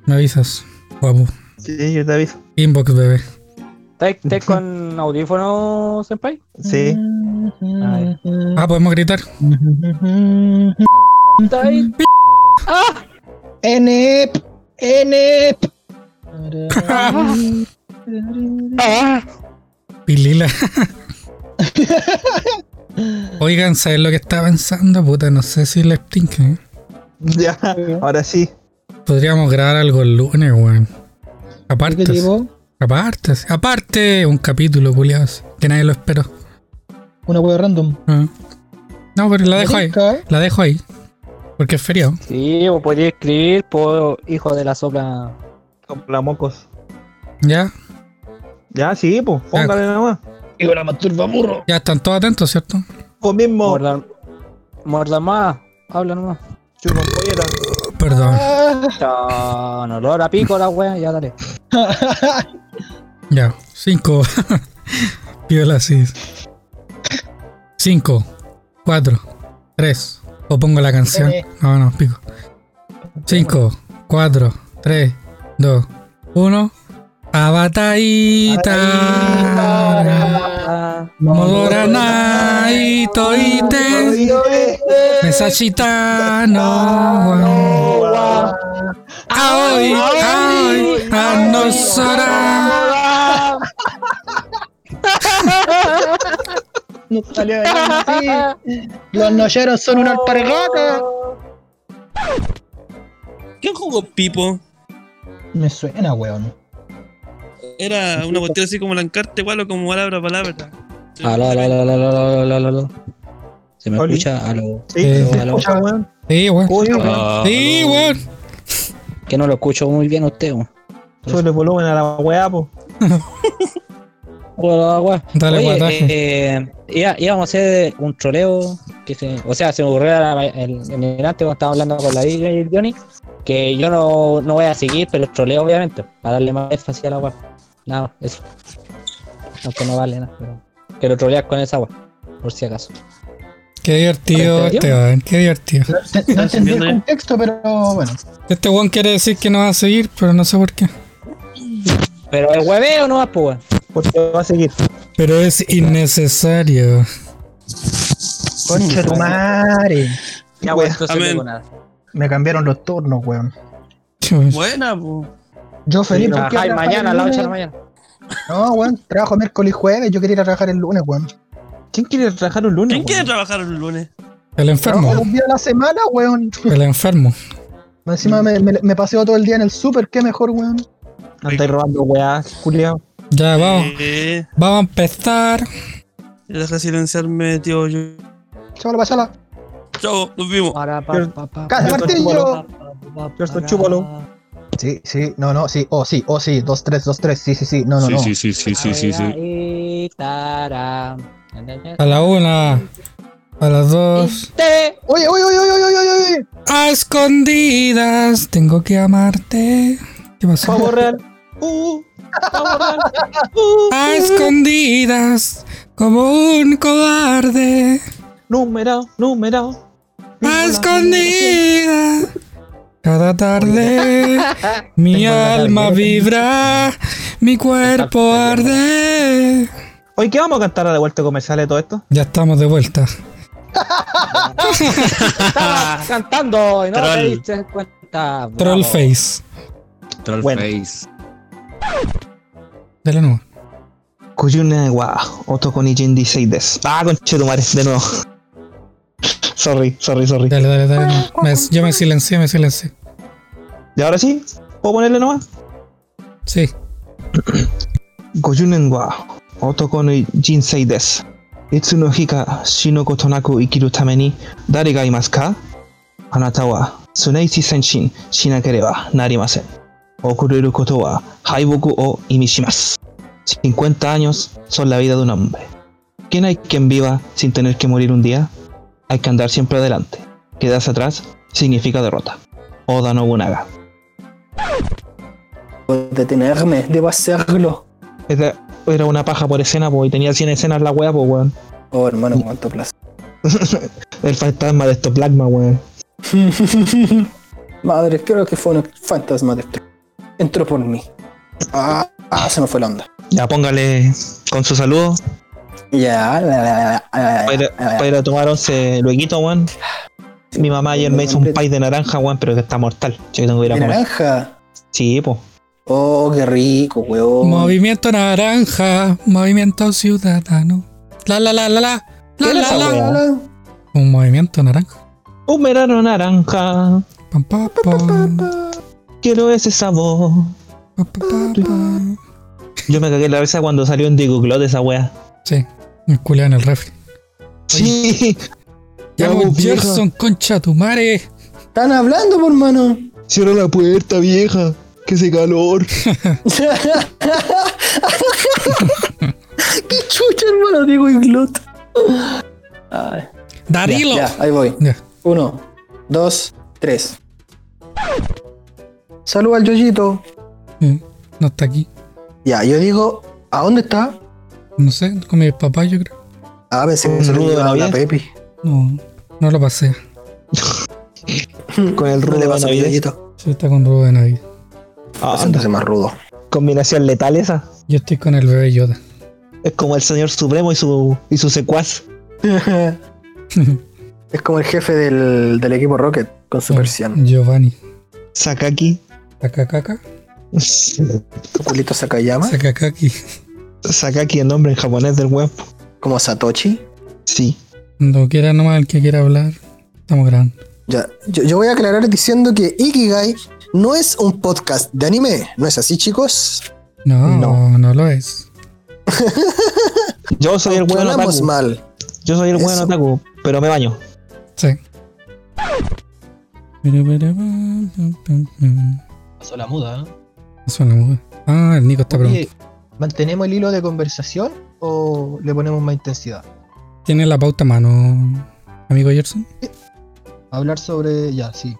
[SPEAKER 1] Me avisas, guapo.
[SPEAKER 3] Sí, yo te aviso.
[SPEAKER 1] Inbox, bebé.
[SPEAKER 9] ¿Estás estás con audífonos, senpai?
[SPEAKER 3] Sí.
[SPEAKER 9] Ay.
[SPEAKER 1] Ah, podemos gritar.
[SPEAKER 9] ¿Estás ahí? ¡Ah!
[SPEAKER 5] Enep. Enep.
[SPEAKER 9] ¡Ah!
[SPEAKER 1] Pilila. Oigan, ¿sabes lo que estaba pensando? Puta, no sé si les tinca. ¿eh?
[SPEAKER 3] Ya,
[SPEAKER 10] Mm.
[SPEAKER 3] ahora sí.
[SPEAKER 1] Podríamos grabar algo el lunes, weón. Aparte,
[SPEAKER 5] ¿Qué tipo?
[SPEAKER 1] aparte, aparte, un capítulo, culiados. Que nadie lo esperó.
[SPEAKER 5] Una hueá random.
[SPEAKER 1] Ah. No, pero la dejo ahí.
[SPEAKER 5] Rica, ¿eh?
[SPEAKER 1] La dejo ahí. Porque es feriado.
[SPEAKER 9] Sí, o podía escribir por hijo de la sopla.
[SPEAKER 3] Con la mocos.
[SPEAKER 1] Ya,
[SPEAKER 3] Ya, sí, pues. Póngale
[SPEAKER 10] Ah.
[SPEAKER 3] nada más.
[SPEAKER 5] Y con la masturba burro.
[SPEAKER 1] ya están todos atentos, ¿cierto?
[SPEAKER 3] Vos Pues mismo.
[SPEAKER 9] Mordan. Mordan más. Habla nomás.
[SPEAKER 3] Chupan pollera.
[SPEAKER 1] Perdón.
[SPEAKER 9] Chon, olor a pico la wea, ya dale.
[SPEAKER 1] Ya, 5. Piola, sí. 5, 4, 3. O pongo la canción. No, no, pico. 5, 4, 3, 2, 1. Abataita.
[SPEAKER 9] Ah,
[SPEAKER 1] Modoranai toite. Mesachita
[SPEAKER 7] oh,
[SPEAKER 1] no. Aoi, aoi, anosora.
[SPEAKER 5] No salió de ahí, sí. Los nocheros son una alpargata.
[SPEAKER 6] Oh.
[SPEAKER 10] ¿Quién jugó Pipo?
[SPEAKER 5] Me suena, weón.
[SPEAKER 10] Era una cuestión así como Lancarte, igual o como palabra a palabra.
[SPEAKER 9] Aló, aló, aló, aló, aló, aló, aló, aló. ¿Se me
[SPEAKER 3] Oli.
[SPEAKER 9] escucha? Aló.
[SPEAKER 3] Sí,
[SPEAKER 1] Eh,
[SPEAKER 3] se escucha, weón.
[SPEAKER 1] Sí, weón.
[SPEAKER 3] Oye, weón.
[SPEAKER 10] Ah,
[SPEAKER 1] Sí,
[SPEAKER 10] aló.
[SPEAKER 1] weón.
[SPEAKER 9] Que no lo escucho muy bien a usted. weón.
[SPEAKER 3] Sube el volumen a la weá, po.
[SPEAKER 9] por agua.
[SPEAKER 1] Dale,
[SPEAKER 9] Oye,
[SPEAKER 1] guataje.
[SPEAKER 9] eh, iba- íbamos a hacer un troleo, que se- o sea, se me ocurrió a la- el- en el antes cuando estaba hablando con la Biblia y el Johnny, que yo no, no voy a seguir, pero el troleo obviamente, para darle más énfasis a la agua. Nada, más, eso. Aunque no vale nada, pero, pero trolear con esa agua, por si acaso.
[SPEAKER 1] Qué divertido,
[SPEAKER 9] ¿Entendió?
[SPEAKER 1] Esteban, qué divertido.
[SPEAKER 2] No, te- no entendí el contexto, pero bueno.
[SPEAKER 1] Este weón quiere decir que no va a seguir, pero no sé por qué.
[SPEAKER 9] Pero el hueveo no va, pues. weón.
[SPEAKER 6] Porque va a seguir.
[SPEAKER 1] Pero es innecesario.
[SPEAKER 2] Concha tu madre.
[SPEAKER 6] Wea.
[SPEAKER 9] Ya, pues, entonces no
[SPEAKER 14] Amén.
[SPEAKER 9] digo nada.
[SPEAKER 2] Me cambiaron los turnos, weón.
[SPEAKER 1] Chus.
[SPEAKER 14] Buena, po.
[SPEAKER 2] Yo feliz porque iba
[SPEAKER 9] Trabajáis
[SPEAKER 2] a trabajar
[SPEAKER 9] mañana a
[SPEAKER 2] el
[SPEAKER 9] las 8 de la
[SPEAKER 2] lunes.
[SPEAKER 9] mañana.
[SPEAKER 2] No, weón, trabajo miércoles y jueves. Yo quería ir a trabajar el lunes, weón.
[SPEAKER 6] ¿Quién quiere trabajar un lunes?
[SPEAKER 14] ¿Quién
[SPEAKER 3] pues.
[SPEAKER 14] quiere
[SPEAKER 6] weón?
[SPEAKER 14] trabajar el lunes?
[SPEAKER 1] El
[SPEAKER 2] Trabajo
[SPEAKER 1] enfermo,
[SPEAKER 2] un día a la semana, weón.
[SPEAKER 1] el enfermo.
[SPEAKER 2] Encima me, me, me paseo todo el día en el súper. Qué mejor, weón.
[SPEAKER 6] No estáis robando weá, culiao.
[SPEAKER 1] Ya, vamos,
[SPEAKER 14] Eh,
[SPEAKER 1] vamos a empezar.
[SPEAKER 14] deja silenciarme, tío. Yo.
[SPEAKER 2] Chaval, pásala.
[SPEAKER 14] Chao, nos vimos.
[SPEAKER 2] Casa Martillo.
[SPEAKER 6] George, chúpalo.
[SPEAKER 2] Sí, sí, no, no, sí, oh, sí, oh, sí, 2, 3, 2, 3, sí, sí, sí, no, no, no.
[SPEAKER 15] sí, sí, sí, sí, sí,
[SPEAKER 5] Ah,
[SPEAKER 15] sí.
[SPEAKER 9] Y tarán.
[SPEAKER 1] A la una, a las dos.
[SPEAKER 9] Te-
[SPEAKER 2] Oye, oye, oye, oye, oye, oye, oye,
[SPEAKER 1] A escondidas, tengo que amarte. ¿Qué pasó?
[SPEAKER 6] Pavo real. Uh, pavo real.
[SPEAKER 3] Uh,
[SPEAKER 1] A escondidas, como un cobarde.
[SPEAKER 6] Numerado, numerado.
[SPEAKER 1] A escondidas. Cada tarde mi alma vibra, mi cuerpo arde.
[SPEAKER 6] Oye, ¿qué vamos a cantar a la vuelta comercial de todo esto?
[SPEAKER 1] Ya estamos de vuelta.
[SPEAKER 9] Estaba cantando y no
[SPEAKER 14] Troll.
[SPEAKER 9] te diste cuenta. bravo.
[SPEAKER 1] Trollface.
[SPEAKER 15] Trollface.
[SPEAKER 1] De la nueva.
[SPEAKER 6] Kuyuna wa Otokonichindiseides. Ah, conchetumare, de nuevo. sorry, sorry, sorry.
[SPEAKER 1] Dale, dale, dale. no. Me- yo me silencié, me silencié.
[SPEAKER 6] ¿Y ahora sí? ¿Puedo ponerle nomás?
[SPEAKER 1] Sí.
[SPEAKER 6] Gojunen wa otoko no jinsei desu. Itsu no hi ka shino koto naku ikiru tame ni dare ga imasu ka? Anata wa tsuneichi senshin shinakereba narimasen. Ocurrir koto wa haiboku o imi shimasu. 50 años son la vida de un hombre. ¿Quién hay quien viva sin tener que morir un día? Hay que andar siempre adelante. Quedarse atrás significa derrota. Oda Nobunaga.
[SPEAKER 5] Detenerme, debo hacerlo.
[SPEAKER 6] Esa era una paja por escena, po, y tenía 100 escenas la wea, po, weón.
[SPEAKER 5] Oh, hermano, cuánto placer.
[SPEAKER 6] El fantasma de estos Blackma, weón.
[SPEAKER 5] Madre, creo que fue un fantasma de este. Entró por mí. Ah, ah, se me fue la onda.
[SPEAKER 6] Ya póngale con su saludo
[SPEAKER 5] Ya, la, la, la,
[SPEAKER 6] para
[SPEAKER 5] la,
[SPEAKER 6] ir,
[SPEAKER 5] la,
[SPEAKER 6] a-
[SPEAKER 5] la, la.
[SPEAKER 6] para ir a tomar once lueguito, weón. Mi mamá ayer me hizo un pie de naranja, weón, pero que está mortal. Yo que tengo que ir a
[SPEAKER 5] ¿De
[SPEAKER 6] comer.
[SPEAKER 5] naranja.
[SPEAKER 6] Sí, po.
[SPEAKER 5] Oh, qué rico, weón.
[SPEAKER 1] Movimiento naranja, movimiento ciudadano. La la la la la. La
[SPEAKER 6] ¿Qué era
[SPEAKER 1] la
[SPEAKER 6] esa
[SPEAKER 1] la.
[SPEAKER 6] weá?
[SPEAKER 1] Un movimiento naranja.
[SPEAKER 6] Un verano naranja,
[SPEAKER 1] Pam, pa, pa,
[SPEAKER 6] quiero ese sabor.
[SPEAKER 1] pa, pa, pa, pa.
[SPEAKER 6] Yo me cagué en la cabeza cuando salió en Diego Glot esa weá.
[SPEAKER 1] Sí, me culé en el refri.
[SPEAKER 6] Sí,
[SPEAKER 1] Llamo
[SPEAKER 6] Vamos, vieja.
[SPEAKER 1] Gerson, concha tu madre.
[SPEAKER 5] Están hablando, por mano.
[SPEAKER 6] cierra la puerta, vieja. Que se calor.
[SPEAKER 5] ¡Qué chucha, hermano! Diego Iglot. Ay,
[SPEAKER 1] Darilo.
[SPEAKER 5] ya, ahí voy.
[SPEAKER 1] Ya.
[SPEAKER 5] Uno, dos, tres. Saluda al Yoyito.
[SPEAKER 1] Mm, No está aquí.
[SPEAKER 5] Ya, yo digo, ¿a dónde está?
[SPEAKER 1] No sé, con mi papá yo creo.
[SPEAKER 5] Ah, pensé que
[SPEAKER 6] Un
[SPEAKER 5] se lo
[SPEAKER 6] saludo de
[SPEAKER 5] iba a la
[SPEAKER 6] Navidad.
[SPEAKER 5] Pepi.
[SPEAKER 1] No, no lo pasé.
[SPEAKER 6] Con el
[SPEAKER 5] ¿Dónde
[SPEAKER 6] rudo de
[SPEAKER 5] vas,
[SPEAKER 6] Navidad.
[SPEAKER 5] Yoyito?
[SPEAKER 1] Sí, está con Rubén ahí.
[SPEAKER 6] Ah,
[SPEAKER 5] Entonces más rudo.
[SPEAKER 6] combinación letal esa.
[SPEAKER 1] Yo estoy con el bebé Yoda.
[SPEAKER 6] Es como el señor supremo y su, y su secuaz.
[SPEAKER 5] es como el jefe del, del equipo Rocket con
[SPEAKER 6] Mm.
[SPEAKER 5] su persiana.
[SPEAKER 1] Giovanni.
[SPEAKER 6] Sakaki.
[SPEAKER 1] Sakakaka.
[SPEAKER 5] Culito Sakayama,
[SPEAKER 1] Sakakaki.
[SPEAKER 6] Sakaki el nombre en japonés del web.
[SPEAKER 5] como Satoshi.
[SPEAKER 6] Sí.
[SPEAKER 1] Cuando quiera nomás el que quiera hablar. Estamos grabando.
[SPEAKER 5] Ya, yo, yo voy a aclarar diciendo que Ikigai no es un podcast de anime, ¿no es así, chicos?
[SPEAKER 1] No, no,
[SPEAKER 5] No.
[SPEAKER 1] lo es.
[SPEAKER 6] Yo soy el
[SPEAKER 5] Aunque
[SPEAKER 6] weón
[SPEAKER 5] hablamos
[SPEAKER 6] otaku.
[SPEAKER 5] mal.
[SPEAKER 6] Yo soy el weón
[SPEAKER 5] Eso.
[SPEAKER 6] otaku, pero me baño.
[SPEAKER 1] Sí.
[SPEAKER 2] Pasó la muda, ¿no?
[SPEAKER 1] Eso no, güey. Ah, el Nico está preguntando.
[SPEAKER 2] ¿Mantenemos el hilo de conversación o le ponemos más intensidad?
[SPEAKER 1] ¿Tiene la pauta a mano, amigo Gerson?
[SPEAKER 2] Hablar sobre. Ya, sí.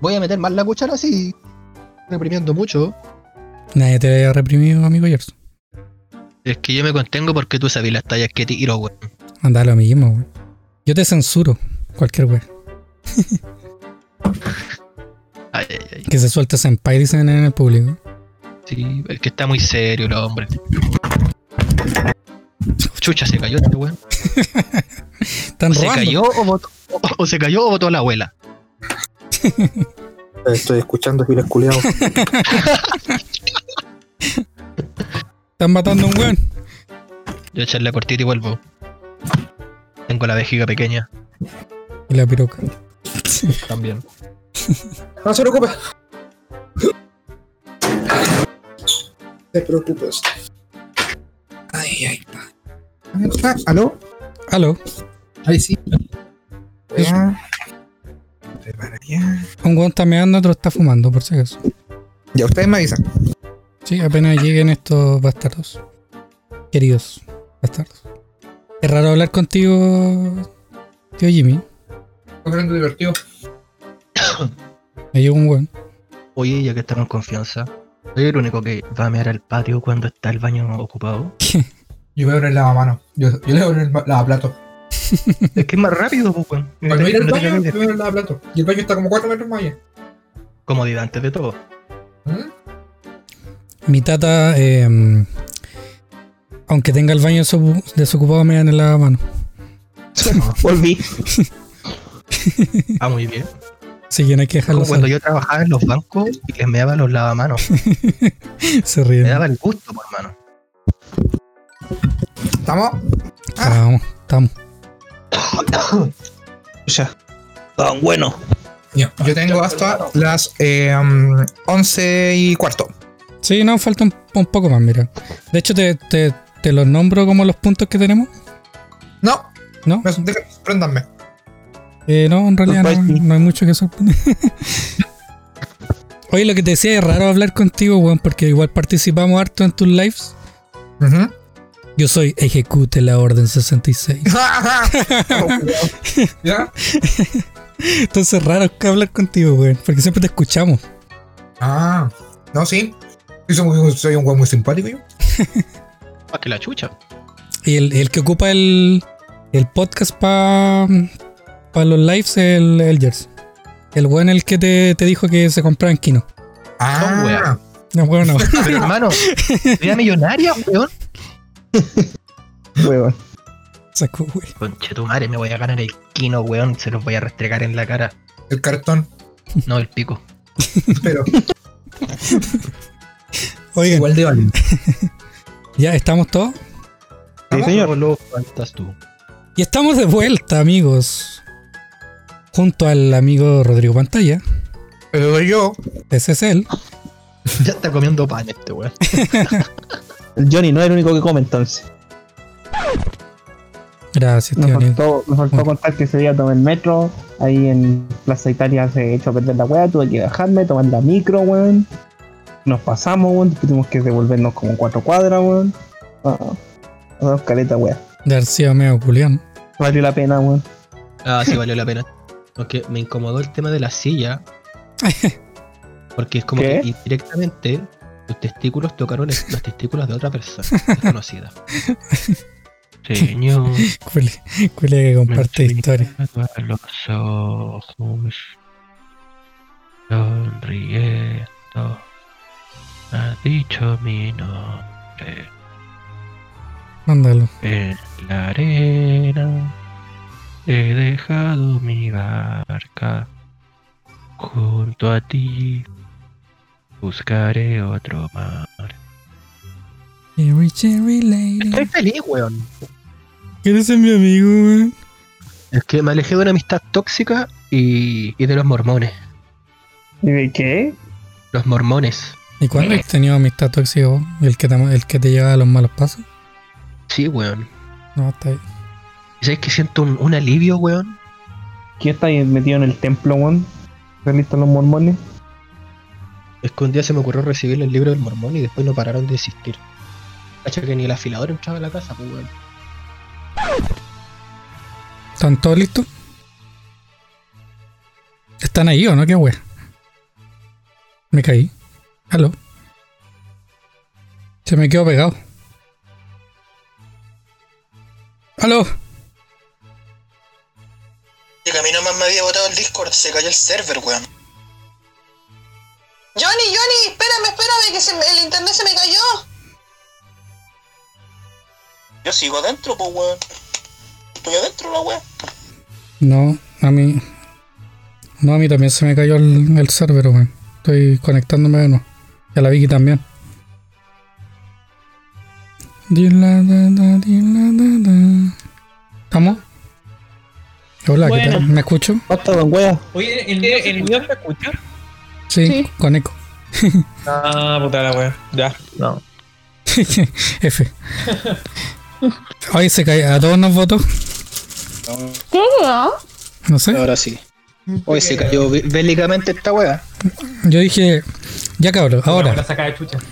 [SPEAKER 2] Voy a meter más la cuchara así. Reprimiendo mucho.
[SPEAKER 1] Nadie te ha reprimido, amigo Gerson.
[SPEAKER 2] Es que yo me contengo porque tú sabes las tallas que tiro, weón.
[SPEAKER 1] Anda, lo mismo, güey. Yo te censuro cualquier güey.
[SPEAKER 2] Ay, ay, ay.
[SPEAKER 1] Que se suelta senpai, dicen en el público.
[SPEAKER 2] Sí, es que está muy serio el hombre. Chucha, se cayó este weón.
[SPEAKER 1] Están
[SPEAKER 2] O se
[SPEAKER 1] robando.
[SPEAKER 2] cayó o, botó, o- o se cayó o botó la abuela.
[SPEAKER 4] Estoy escuchando filas culiados.
[SPEAKER 1] Están matando a un weón.
[SPEAKER 2] Yo echarle la cortita y vuelvo. Tengo la vejiga pequeña
[SPEAKER 1] Y la piroca.
[SPEAKER 2] también.
[SPEAKER 4] No se preocupe. Te preocupes. Ay, ay. Ah, ¿Aló?
[SPEAKER 1] Aló.
[SPEAKER 4] Ahí sí.
[SPEAKER 1] Es-
[SPEAKER 4] Ya. Voy para allá.
[SPEAKER 1] Un weón está meando, otro está fumando, por si acaso.
[SPEAKER 4] Ya, ustedes me avisan.
[SPEAKER 1] Sí, apenas lleguen estos bastardos. Queridos bastardos. Es raro hablar contigo, tío Jimmy.
[SPEAKER 4] Fue grande divertido.
[SPEAKER 1] Me llegó un weón.
[SPEAKER 2] Oye, ya que estamos en confianza, soy el único que va a mirar al patio cuando está el baño ocupado.
[SPEAKER 4] Yo voy a abrir el lavamano. Yo, yo le voy a abrir el ma- lavaplato.
[SPEAKER 2] Es que es más rápido, pues, weón.
[SPEAKER 4] Cuando voy a ir al baño, yo voy a abrir el lavaplato. Y el baño está como 4 metros más allá.
[SPEAKER 2] Comodidad antes de todo.
[SPEAKER 4] ¿Mm?
[SPEAKER 1] Mi tata, eh, aunque tenga el baño desocu- desocupado, me dan en la mano.
[SPEAKER 3] Volví.
[SPEAKER 2] Ah, muy bien.
[SPEAKER 1] Se llena que dejarlo
[SPEAKER 2] Como cuando
[SPEAKER 1] solo.
[SPEAKER 2] yo trabajaba en los bancos y les meaba los lavamanos.
[SPEAKER 1] Se
[SPEAKER 2] Me
[SPEAKER 1] ríen.
[SPEAKER 2] daba el gusto, pues, por mano.
[SPEAKER 4] ¿Estamos?
[SPEAKER 1] Vamos, estamos.
[SPEAKER 3] Ya. Tan bueno.
[SPEAKER 4] Ya. Yo tengo hasta las eh, um, 11 y cuarto.
[SPEAKER 1] Sí, no, falta un, un poco más, mira. De hecho, te, te, te los nombro como los puntos que tenemos.
[SPEAKER 4] No,
[SPEAKER 1] ¿No?
[SPEAKER 4] me, deja- préndanme.
[SPEAKER 1] Eh, no, en realidad no,
[SPEAKER 3] Surprise me.
[SPEAKER 1] no hay mucho que sorprender. Oye, lo que te decía es raro hablar contigo, weón, porque igual participamos harto en tus lives.
[SPEAKER 4] Ujú.
[SPEAKER 1] Yo soy Ejecute la Orden 66.
[SPEAKER 4] ¿Ya?
[SPEAKER 1] Entonces es raro que hablar contigo, weón, porque siempre te escuchamos.
[SPEAKER 4] Ah, no, sí. Yo soy, muy- soy un weón muy simpático yo.
[SPEAKER 2] Ah, que la chucha.
[SPEAKER 1] Y el, el que ocupa el, el podcast para los lives es el Elgers. El weón el que te, te dijo que se compraba en Kino.
[SPEAKER 2] Son
[SPEAKER 4] Ah,
[SPEAKER 2] weas.
[SPEAKER 1] No, weón, no.
[SPEAKER 2] Pero hermano, vida millonaria, weón.
[SPEAKER 3] Huevón.
[SPEAKER 1] Saco, weón.
[SPEAKER 2] Conche tu madre, me voy a ganar el kino, weón. Se los voy a restregar en la cara.
[SPEAKER 4] el cartón.
[SPEAKER 2] No, el pico.
[SPEAKER 4] Pero
[SPEAKER 1] Oigan,
[SPEAKER 4] igual de válido.
[SPEAKER 1] ya estamos todos.
[SPEAKER 3] Sí, señor.
[SPEAKER 2] Solo faltas tú.
[SPEAKER 1] Y estamos de vuelta, amigos. Junto al amigo Rodrigo Pantalla,
[SPEAKER 4] Pero soy yo.
[SPEAKER 1] ese es él.
[SPEAKER 2] Ya está comiendo pan este weón.
[SPEAKER 3] El Johnny no es el único que come entonces.
[SPEAKER 1] Gracias,
[SPEAKER 11] Nos
[SPEAKER 1] tío. Nid.
[SPEAKER 11] faltó, nos faltó contar que ese día tomé el metro, ahí en Plaza Italia se echó a perder la weá, tuve que bajarme, tomar la micro, weón. Nos pasamos, weón, tuvimos que devolvernos como cuatro cuadras, weón. Ah, ah, caleta, weá.
[SPEAKER 1] García Meo Julián.
[SPEAKER 11] Valió la pena, weón.
[SPEAKER 2] Ah, sí, valió la pena. Aunque me incomodó el tema de la silla. Porque es como
[SPEAKER 11] ¿Qué?
[SPEAKER 2] que indirectamente tus testículos tocaron el- los testículos de otra persona desconocida. Señor,
[SPEAKER 1] Cuele cuele que
[SPEAKER 2] me
[SPEAKER 1] comparte historia.
[SPEAKER 2] miraba a los ojos, sonriendo, ha dicho mi nombre
[SPEAKER 1] Mándalo.
[SPEAKER 2] en la arena. He dejado mi barca junto a ti. Buscaré otro mar.
[SPEAKER 1] Cherry, cherry lady.
[SPEAKER 2] Estoy feliz, weón.
[SPEAKER 1] ¿Quieres ser mi amigo, weón?
[SPEAKER 2] Es que me alejé de una amistad tóxica y, y de los mormones.
[SPEAKER 11] ¿Y de qué?
[SPEAKER 2] Los mormones.
[SPEAKER 1] ¿Y cuándo has tenido amistad tóxica vos? ¿Y el que te, el que te lleva a los malos pasos?
[SPEAKER 2] Sí, weón.
[SPEAKER 1] No, está ahí.
[SPEAKER 2] ¿Y sabes que siento un, un alivio, weón?
[SPEAKER 11] ¿Quién está ahí metido en el templo, weón? ¿Están listos los mormones?
[SPEAKER 2] Es que un día se me ocurrió recibir el libro del mormón y después no pararon de existir. Cacha que ni el afilador entraba a la casa, pues weón.
[SPEAKER 1] ¿Están todos listos? ¿Están ahí o no? ¿Qué wea? Me caí. ¿Aló? Se me quedó pegado. ¿Aló?
[SPEAKER 16] a mí nomás me había botado el Discord, se cayó el server, weón.
[SPEAKER 7] Johnny, Johnny, espérame, espérame, que se me- el internet se me cayó.
[SPEAKER 16] Yo sigo adentro, pues weón. Estoy adentro, la weón.
[SPEAKER 1] No, a mí. No, a mí también se me cayó el, el server, weón. Estoy conectándome de nuevo. Y a la Vicky también. Di la da da, di la da da. ¿Estamos? Hola, ¿qué
[SPEAKER 11] Buena.
[SPEAKER 1] tal? ¿Me escucho?
[SPEAKER 11] Basta con wea.
[SPEAKER 6] Oye, ¿el mío, el mío se escucha?
[SPEAKER 1] Sí, con eco.
[SPEAKER 6] Ah, puta la wea. Ya. No.
[SPEAKER 1] F. Oye, se cayó. ¿A todos nos votó?
[SPEAKER 7] ¿Qué weón?
[SPEAKER 1] No sé.
[SPEAKER 2] Ahora sí. Hoy se cayó bé- bélicamente esta weá.
[SPEAKER 1] Yo dije, ya cabros, ahora.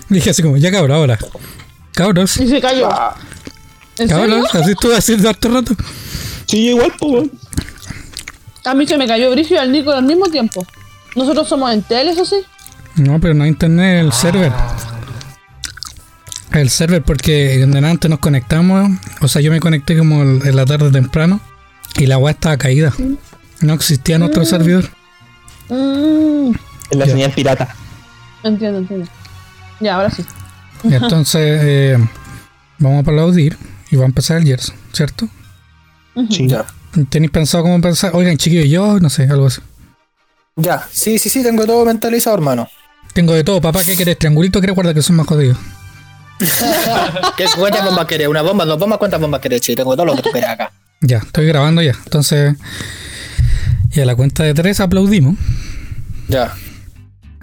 [SPEAKER 1] Dije así como, ya cabros, ahora. Cabros.
[SPEAKER 7] Y se cayó. ¿En serio?
[SPEAKER 1] Cabros, así estuve haciendo harto rato.
[SPEAKER 11] Sí, igual, pues.
[SPEAKER 7] A mí se me cayó Brigio y al Nico al mismo tiempo. Nosotros somos en tele, eso sí.
[SPEAKER 1] No, pero no hay internet, el server. El server, porque en delante nos conectamos. O sea, yo me conecté como el- en la tarde temprano. Y la web estaba caída. No existía nuestro
[SPEAKER 7] Mm.
[SPEAKER 1] servidor.
[SPEAKER 7] Mm,
[SPEAKER 11] Es la señal pirata.
[SPEAKER 7] entiendo, entiendo. Ya, ahora sí.
[SPEAKER 1] Y entonces, eh, vamos a aplaudir. Y va a empezar el Jers, ¿cierto?
[SPEAKER 11] Sí, ya.
[SPEAKER 1] ¿Tenéis pensado cómo pensar? Oigan, chiquillos, yo no sé, algo así.
[SPEAKER 2] Ya, sí, sí, sí, tengo todo mentalizado, hermano.
[SPEAKER 1] Tengo de todo, papá. ¿Qué querés? ¿Triangulito? ¿Querés guarda que son más jodidos?
[SPEAKER 2] ¿Qué cuántas bombas querés? ¿Una bomba? ¿Dos bombas? ¿Cuántas bombas querés? Sí, tengo todo lo que tú querés acá.
[SPEAKER 1] Ya, estoy grabando ya. Entonces, y a la cuenta de tres aplaudimos.
[SPEAKER 2] Ya.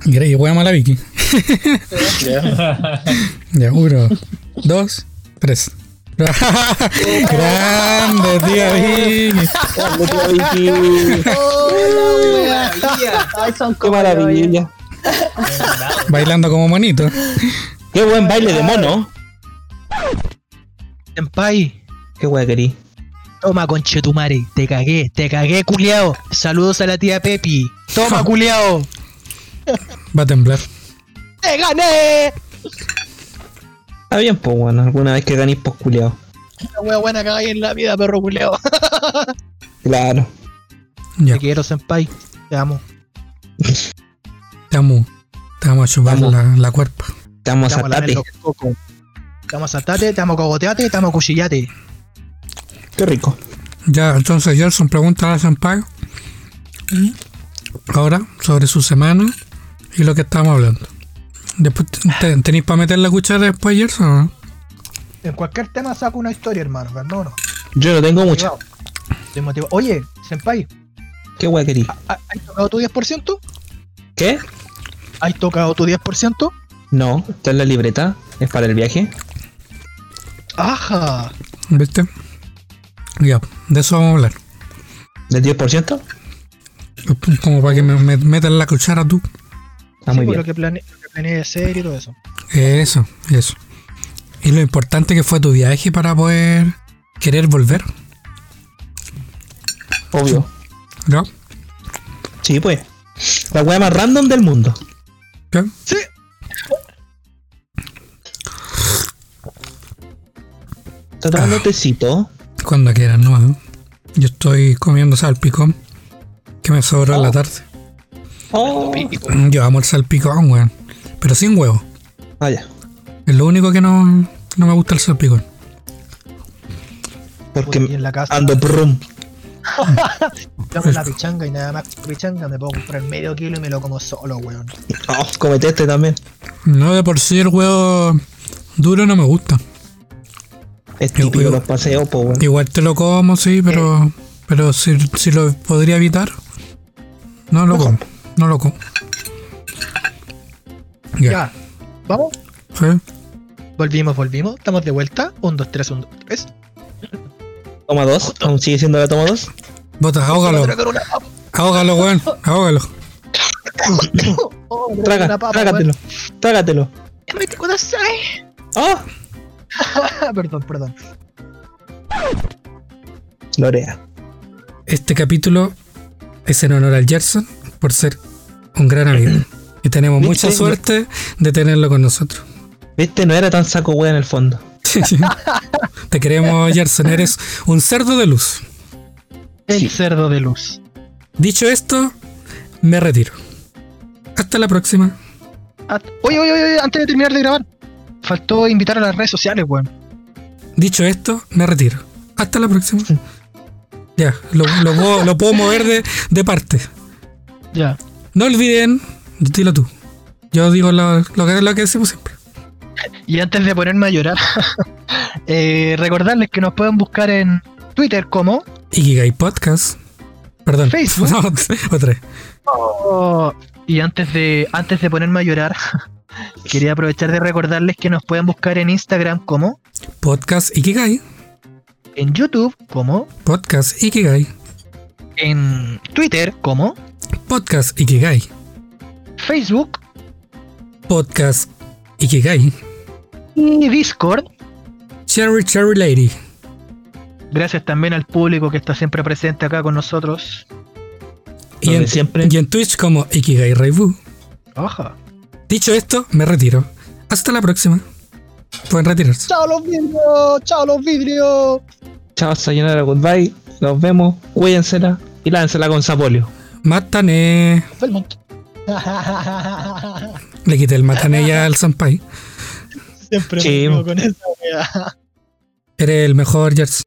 [SPEAKER 1] Y creo que hueamos a la Vicky. Ya, uno, dos, tres. Grande, tía Vicky.
[SPEAKER 7] Hola,
[SPEAKER 11] Qué maravilla.
[SPEAKER 1] Bailando como monito.
[SPEAKER 11] Qué buen baile de mono.
[SPEAKER 2] Senpai,
[SPEAKER 11] Qué wea querí.
[SPEAKER 2] toma conchetumare. Te cagué, te cagué, culiao. Saludos a la tía Pepi. Toma, culiao.
[SPEAKER 1] Va a temblar.
[SPEAKER 2] ¡Te gané!
[SPEAKER 11] Está bien, pues, weón. Alguna vez que ganéis, pues, culiao.
[SPEAKER 2] Una wea buena que hay en la vida, perro culiao.
[SPEAKER 11] Claro.
[SPEAKER 1] Ya.
[SPEAKER 2] Te quiero, senpai. Te amo.
[SPEAKER 1] Te amo. Te vamos a chupar la, la cuerpa.
[SPEAKER 11] Te amo
[SPEAKER 2] Te amo lamer los cocos. Te amo saltate, te amo cogoteate, te amo cuchillate.
[SPEAKER 11] Qué rico.
[SPEAKER 1] Ya, entonces Gerson pregunta a la Senpai ahora sobre su semana y lo que estábamos hablando. Después, te- te- ¿Tenéis para meter la cuchara después, Gerson? o no?
[SPEAKER 2] En cualquier tema saco una historia, hermano, perdón.
[SPEAKER 11] Yo no tengo mucho.
[SPEAKER 2] Motivado. Estoy motivado. Oye, Senpai,
[SPEAKER 11] Qué wea querí.
[SPEAKER 2] ¿ha- ¿has tocado tu 10%?
[SPEAKER 11] ¿Qué?
[SPEAKER 2] ¿Has tocado tu 10%?
[SPEAKER 11] No, está en la libreta. Es para el viaje.
[SPEAKER 2] ¡Ajá!
[SPEAKER 1] ¿Viste? Ya, de eso vamos a hablar.
[SPEAKER 11] ¿Del 10%?
[SPEAKER 1] Como para que me, me metan la cuchara tú.
[SPEAKER 11] Está
[SPEAKER 2] Sí,
[SPEAKER 11] Ah, muy
[SPEAKER 2] por
[SPEAKER 11] bien.
[SPEAKER 2] lo que plane- lo que planeé hacer y todo eso.
[SPEAKER 1] Eso, eso. Y lo importante que fue tu viaje para poder querer volver,
[SPEAKER 11] Obvio.
[SPEAKER 1] ¿no?
[SPEAKER 11] Sí, pues. La wea más random del mundo.
[SPEAKER 1] ¿Qué?
[SPEAKER 2] Sí.
[SPEAKER 11] ¿Estás tomando tecito?
[SPEAKER 1] Cuando quieras, no. ¿no? Yo estoy comiendo salpicón que me sobró en la tarde.
[SPEAKER 2] Ah,
[SPEAKER 11] Oh.
[SPEAKER 1] Yo amo el salpicón, weón. Pero sin huevo.
[SPEAKER 11] Ah, ya.
[SPEAKER 1] Es lo único que no, no me gusta el salpicón.
[SPEAKER 11] Porque
[SPEAKER 2] Puta, y en la casa.
[SPEAKER 11] ando brum.
[SPEAKER 2] Yo hago la pichanga y nada más que pichanga me puedo comprar medio kilo y me lo como solo, weón.
[SPEAKER 11] Oh, comete este también.
[SPEAKER 1] No, de por sí el huevo duro no me gusta.
[SPEAKER 11] Es
[SPEAKER 1] Yo-
[SPEAKER 11] típico
[SPEAKER 1] yo-
[SPEAKER 11] de los paseos, pues, weón.
[SPEAKER 1] Igual te lo como, sí, pero pero si, si lo podría evitar, no lo como. No lo como. Ya.
[SPEAKER 2] Ya. ¿Vamos?
[SPEAKER 1] Sí.
[SPEAKER 2] Volvimos, volvimos. Estamos de vuelta. Un, dos, tres, un, dos, tres.
[SPEAKER 11] Toma dos. Aún sigue siendo la toma dos.
[SPEAKER 1] Bota, ahógalo.
[SPEAKER 2] Otra con una-
[SPEAKER 1] Ahógalo, weón. Ahógalo.
[SPEAKER 2] Oh,
[SPEAKER 3] Traga,
[SPEAKER 2] una papa,
[SPEAKER 3] trágatelo. Trágatelo. ¡Oh!
[SPEAKER 2] perdón, perdón.
[SPEAKER 3] Lorea.
[SPEAKER 1] Este capítulo es en honor al Gerson por ser un gran amigo. Y tenemos
[SPEAKER 3] ¿Viste?
[SPEAKER 1] mucha suerte de tenerlo con nosotros.
[SPEAKER 3] Viste, no era tan saco wea en el fondo.
[SPEAKER 1] Te queremos, Gerson. Eres un cerdo de luz.
[SPEAKER 2] El cerdo de luz.
[SPEAKER 1] Dicho esto, me retiro. Hasta la próxima.
[SPEAKER 2] Ah, Oye, oye, oye, antes de terminar de grabar, faltó invitar a las redes sociales, weón.
[SPEAKER 1] Dicho esto, me retiro. Hasta la próxima. Ya, lo, lo puedo, lo puedo mover de, de parte.
[SPEAKER 2] Ya.
[SPEAKER 1] No olviden, dilo tú. Yo digo lo, lo que, lo que decimos siempre.
[SPEAKER 2] Y antes de ponerme a llorar, eh, recordarles que nos pueden buscar en Twitter como
[SPEAKER 1] Ikigai Podcast. Perdón.
[SPEAKER 2] Facebook.
[SPEAKER 1] No, otra vez.
[SPEAKER 2] Oh, y antes de antes de ponerme a llorar, quería aprovechar de recordarles que nos pueden buscar en Instagram como
[SPEAKER 1] Podcast Ikigai.
[SPEAKER 2] en YouTube como
[SPEAKER 1] Podcast Ikigai.
[SPEAKER 2] en Twitter como
[SPEAKER 1] Podcast Ikigai.
[SPEAKER 2] Facebook
[SPEAKER 1] Podcast Ikigai.
[SPEAKER 2] y Discord.
[SPEAKER 1] Cherry Cherry Lady.
[SPEAKER 2] Gracias también al público que está siempre presente acá con nosotros.
[SPEAKER 1] Y en, y en Twitch como Ikigai Raibu.
[SPEAKER 2] Ojo.
[SPEAKER 1] Dicho esto, me retiro. Hasta la próxima. Pueden retirarse.
[SPEAKER 2] Chao los vidrios, chao los vidrios.
[SPEAKER 3] Chao, sayonara, goodbye. Nos vemos. Cuídensela y lánzela con sapolio.
[SPEAKER 1] Matane.
[SPEAKER 2] Belmont.
[SPEAKER 1] Le quité el matane ya al Senpai.
[SPEAKER 2] Siempre
[SPEAKER 3] Sí.
[SPEAKER 2] me con esa wea.
[SPEAKER 1] Eres el mejor, Jers.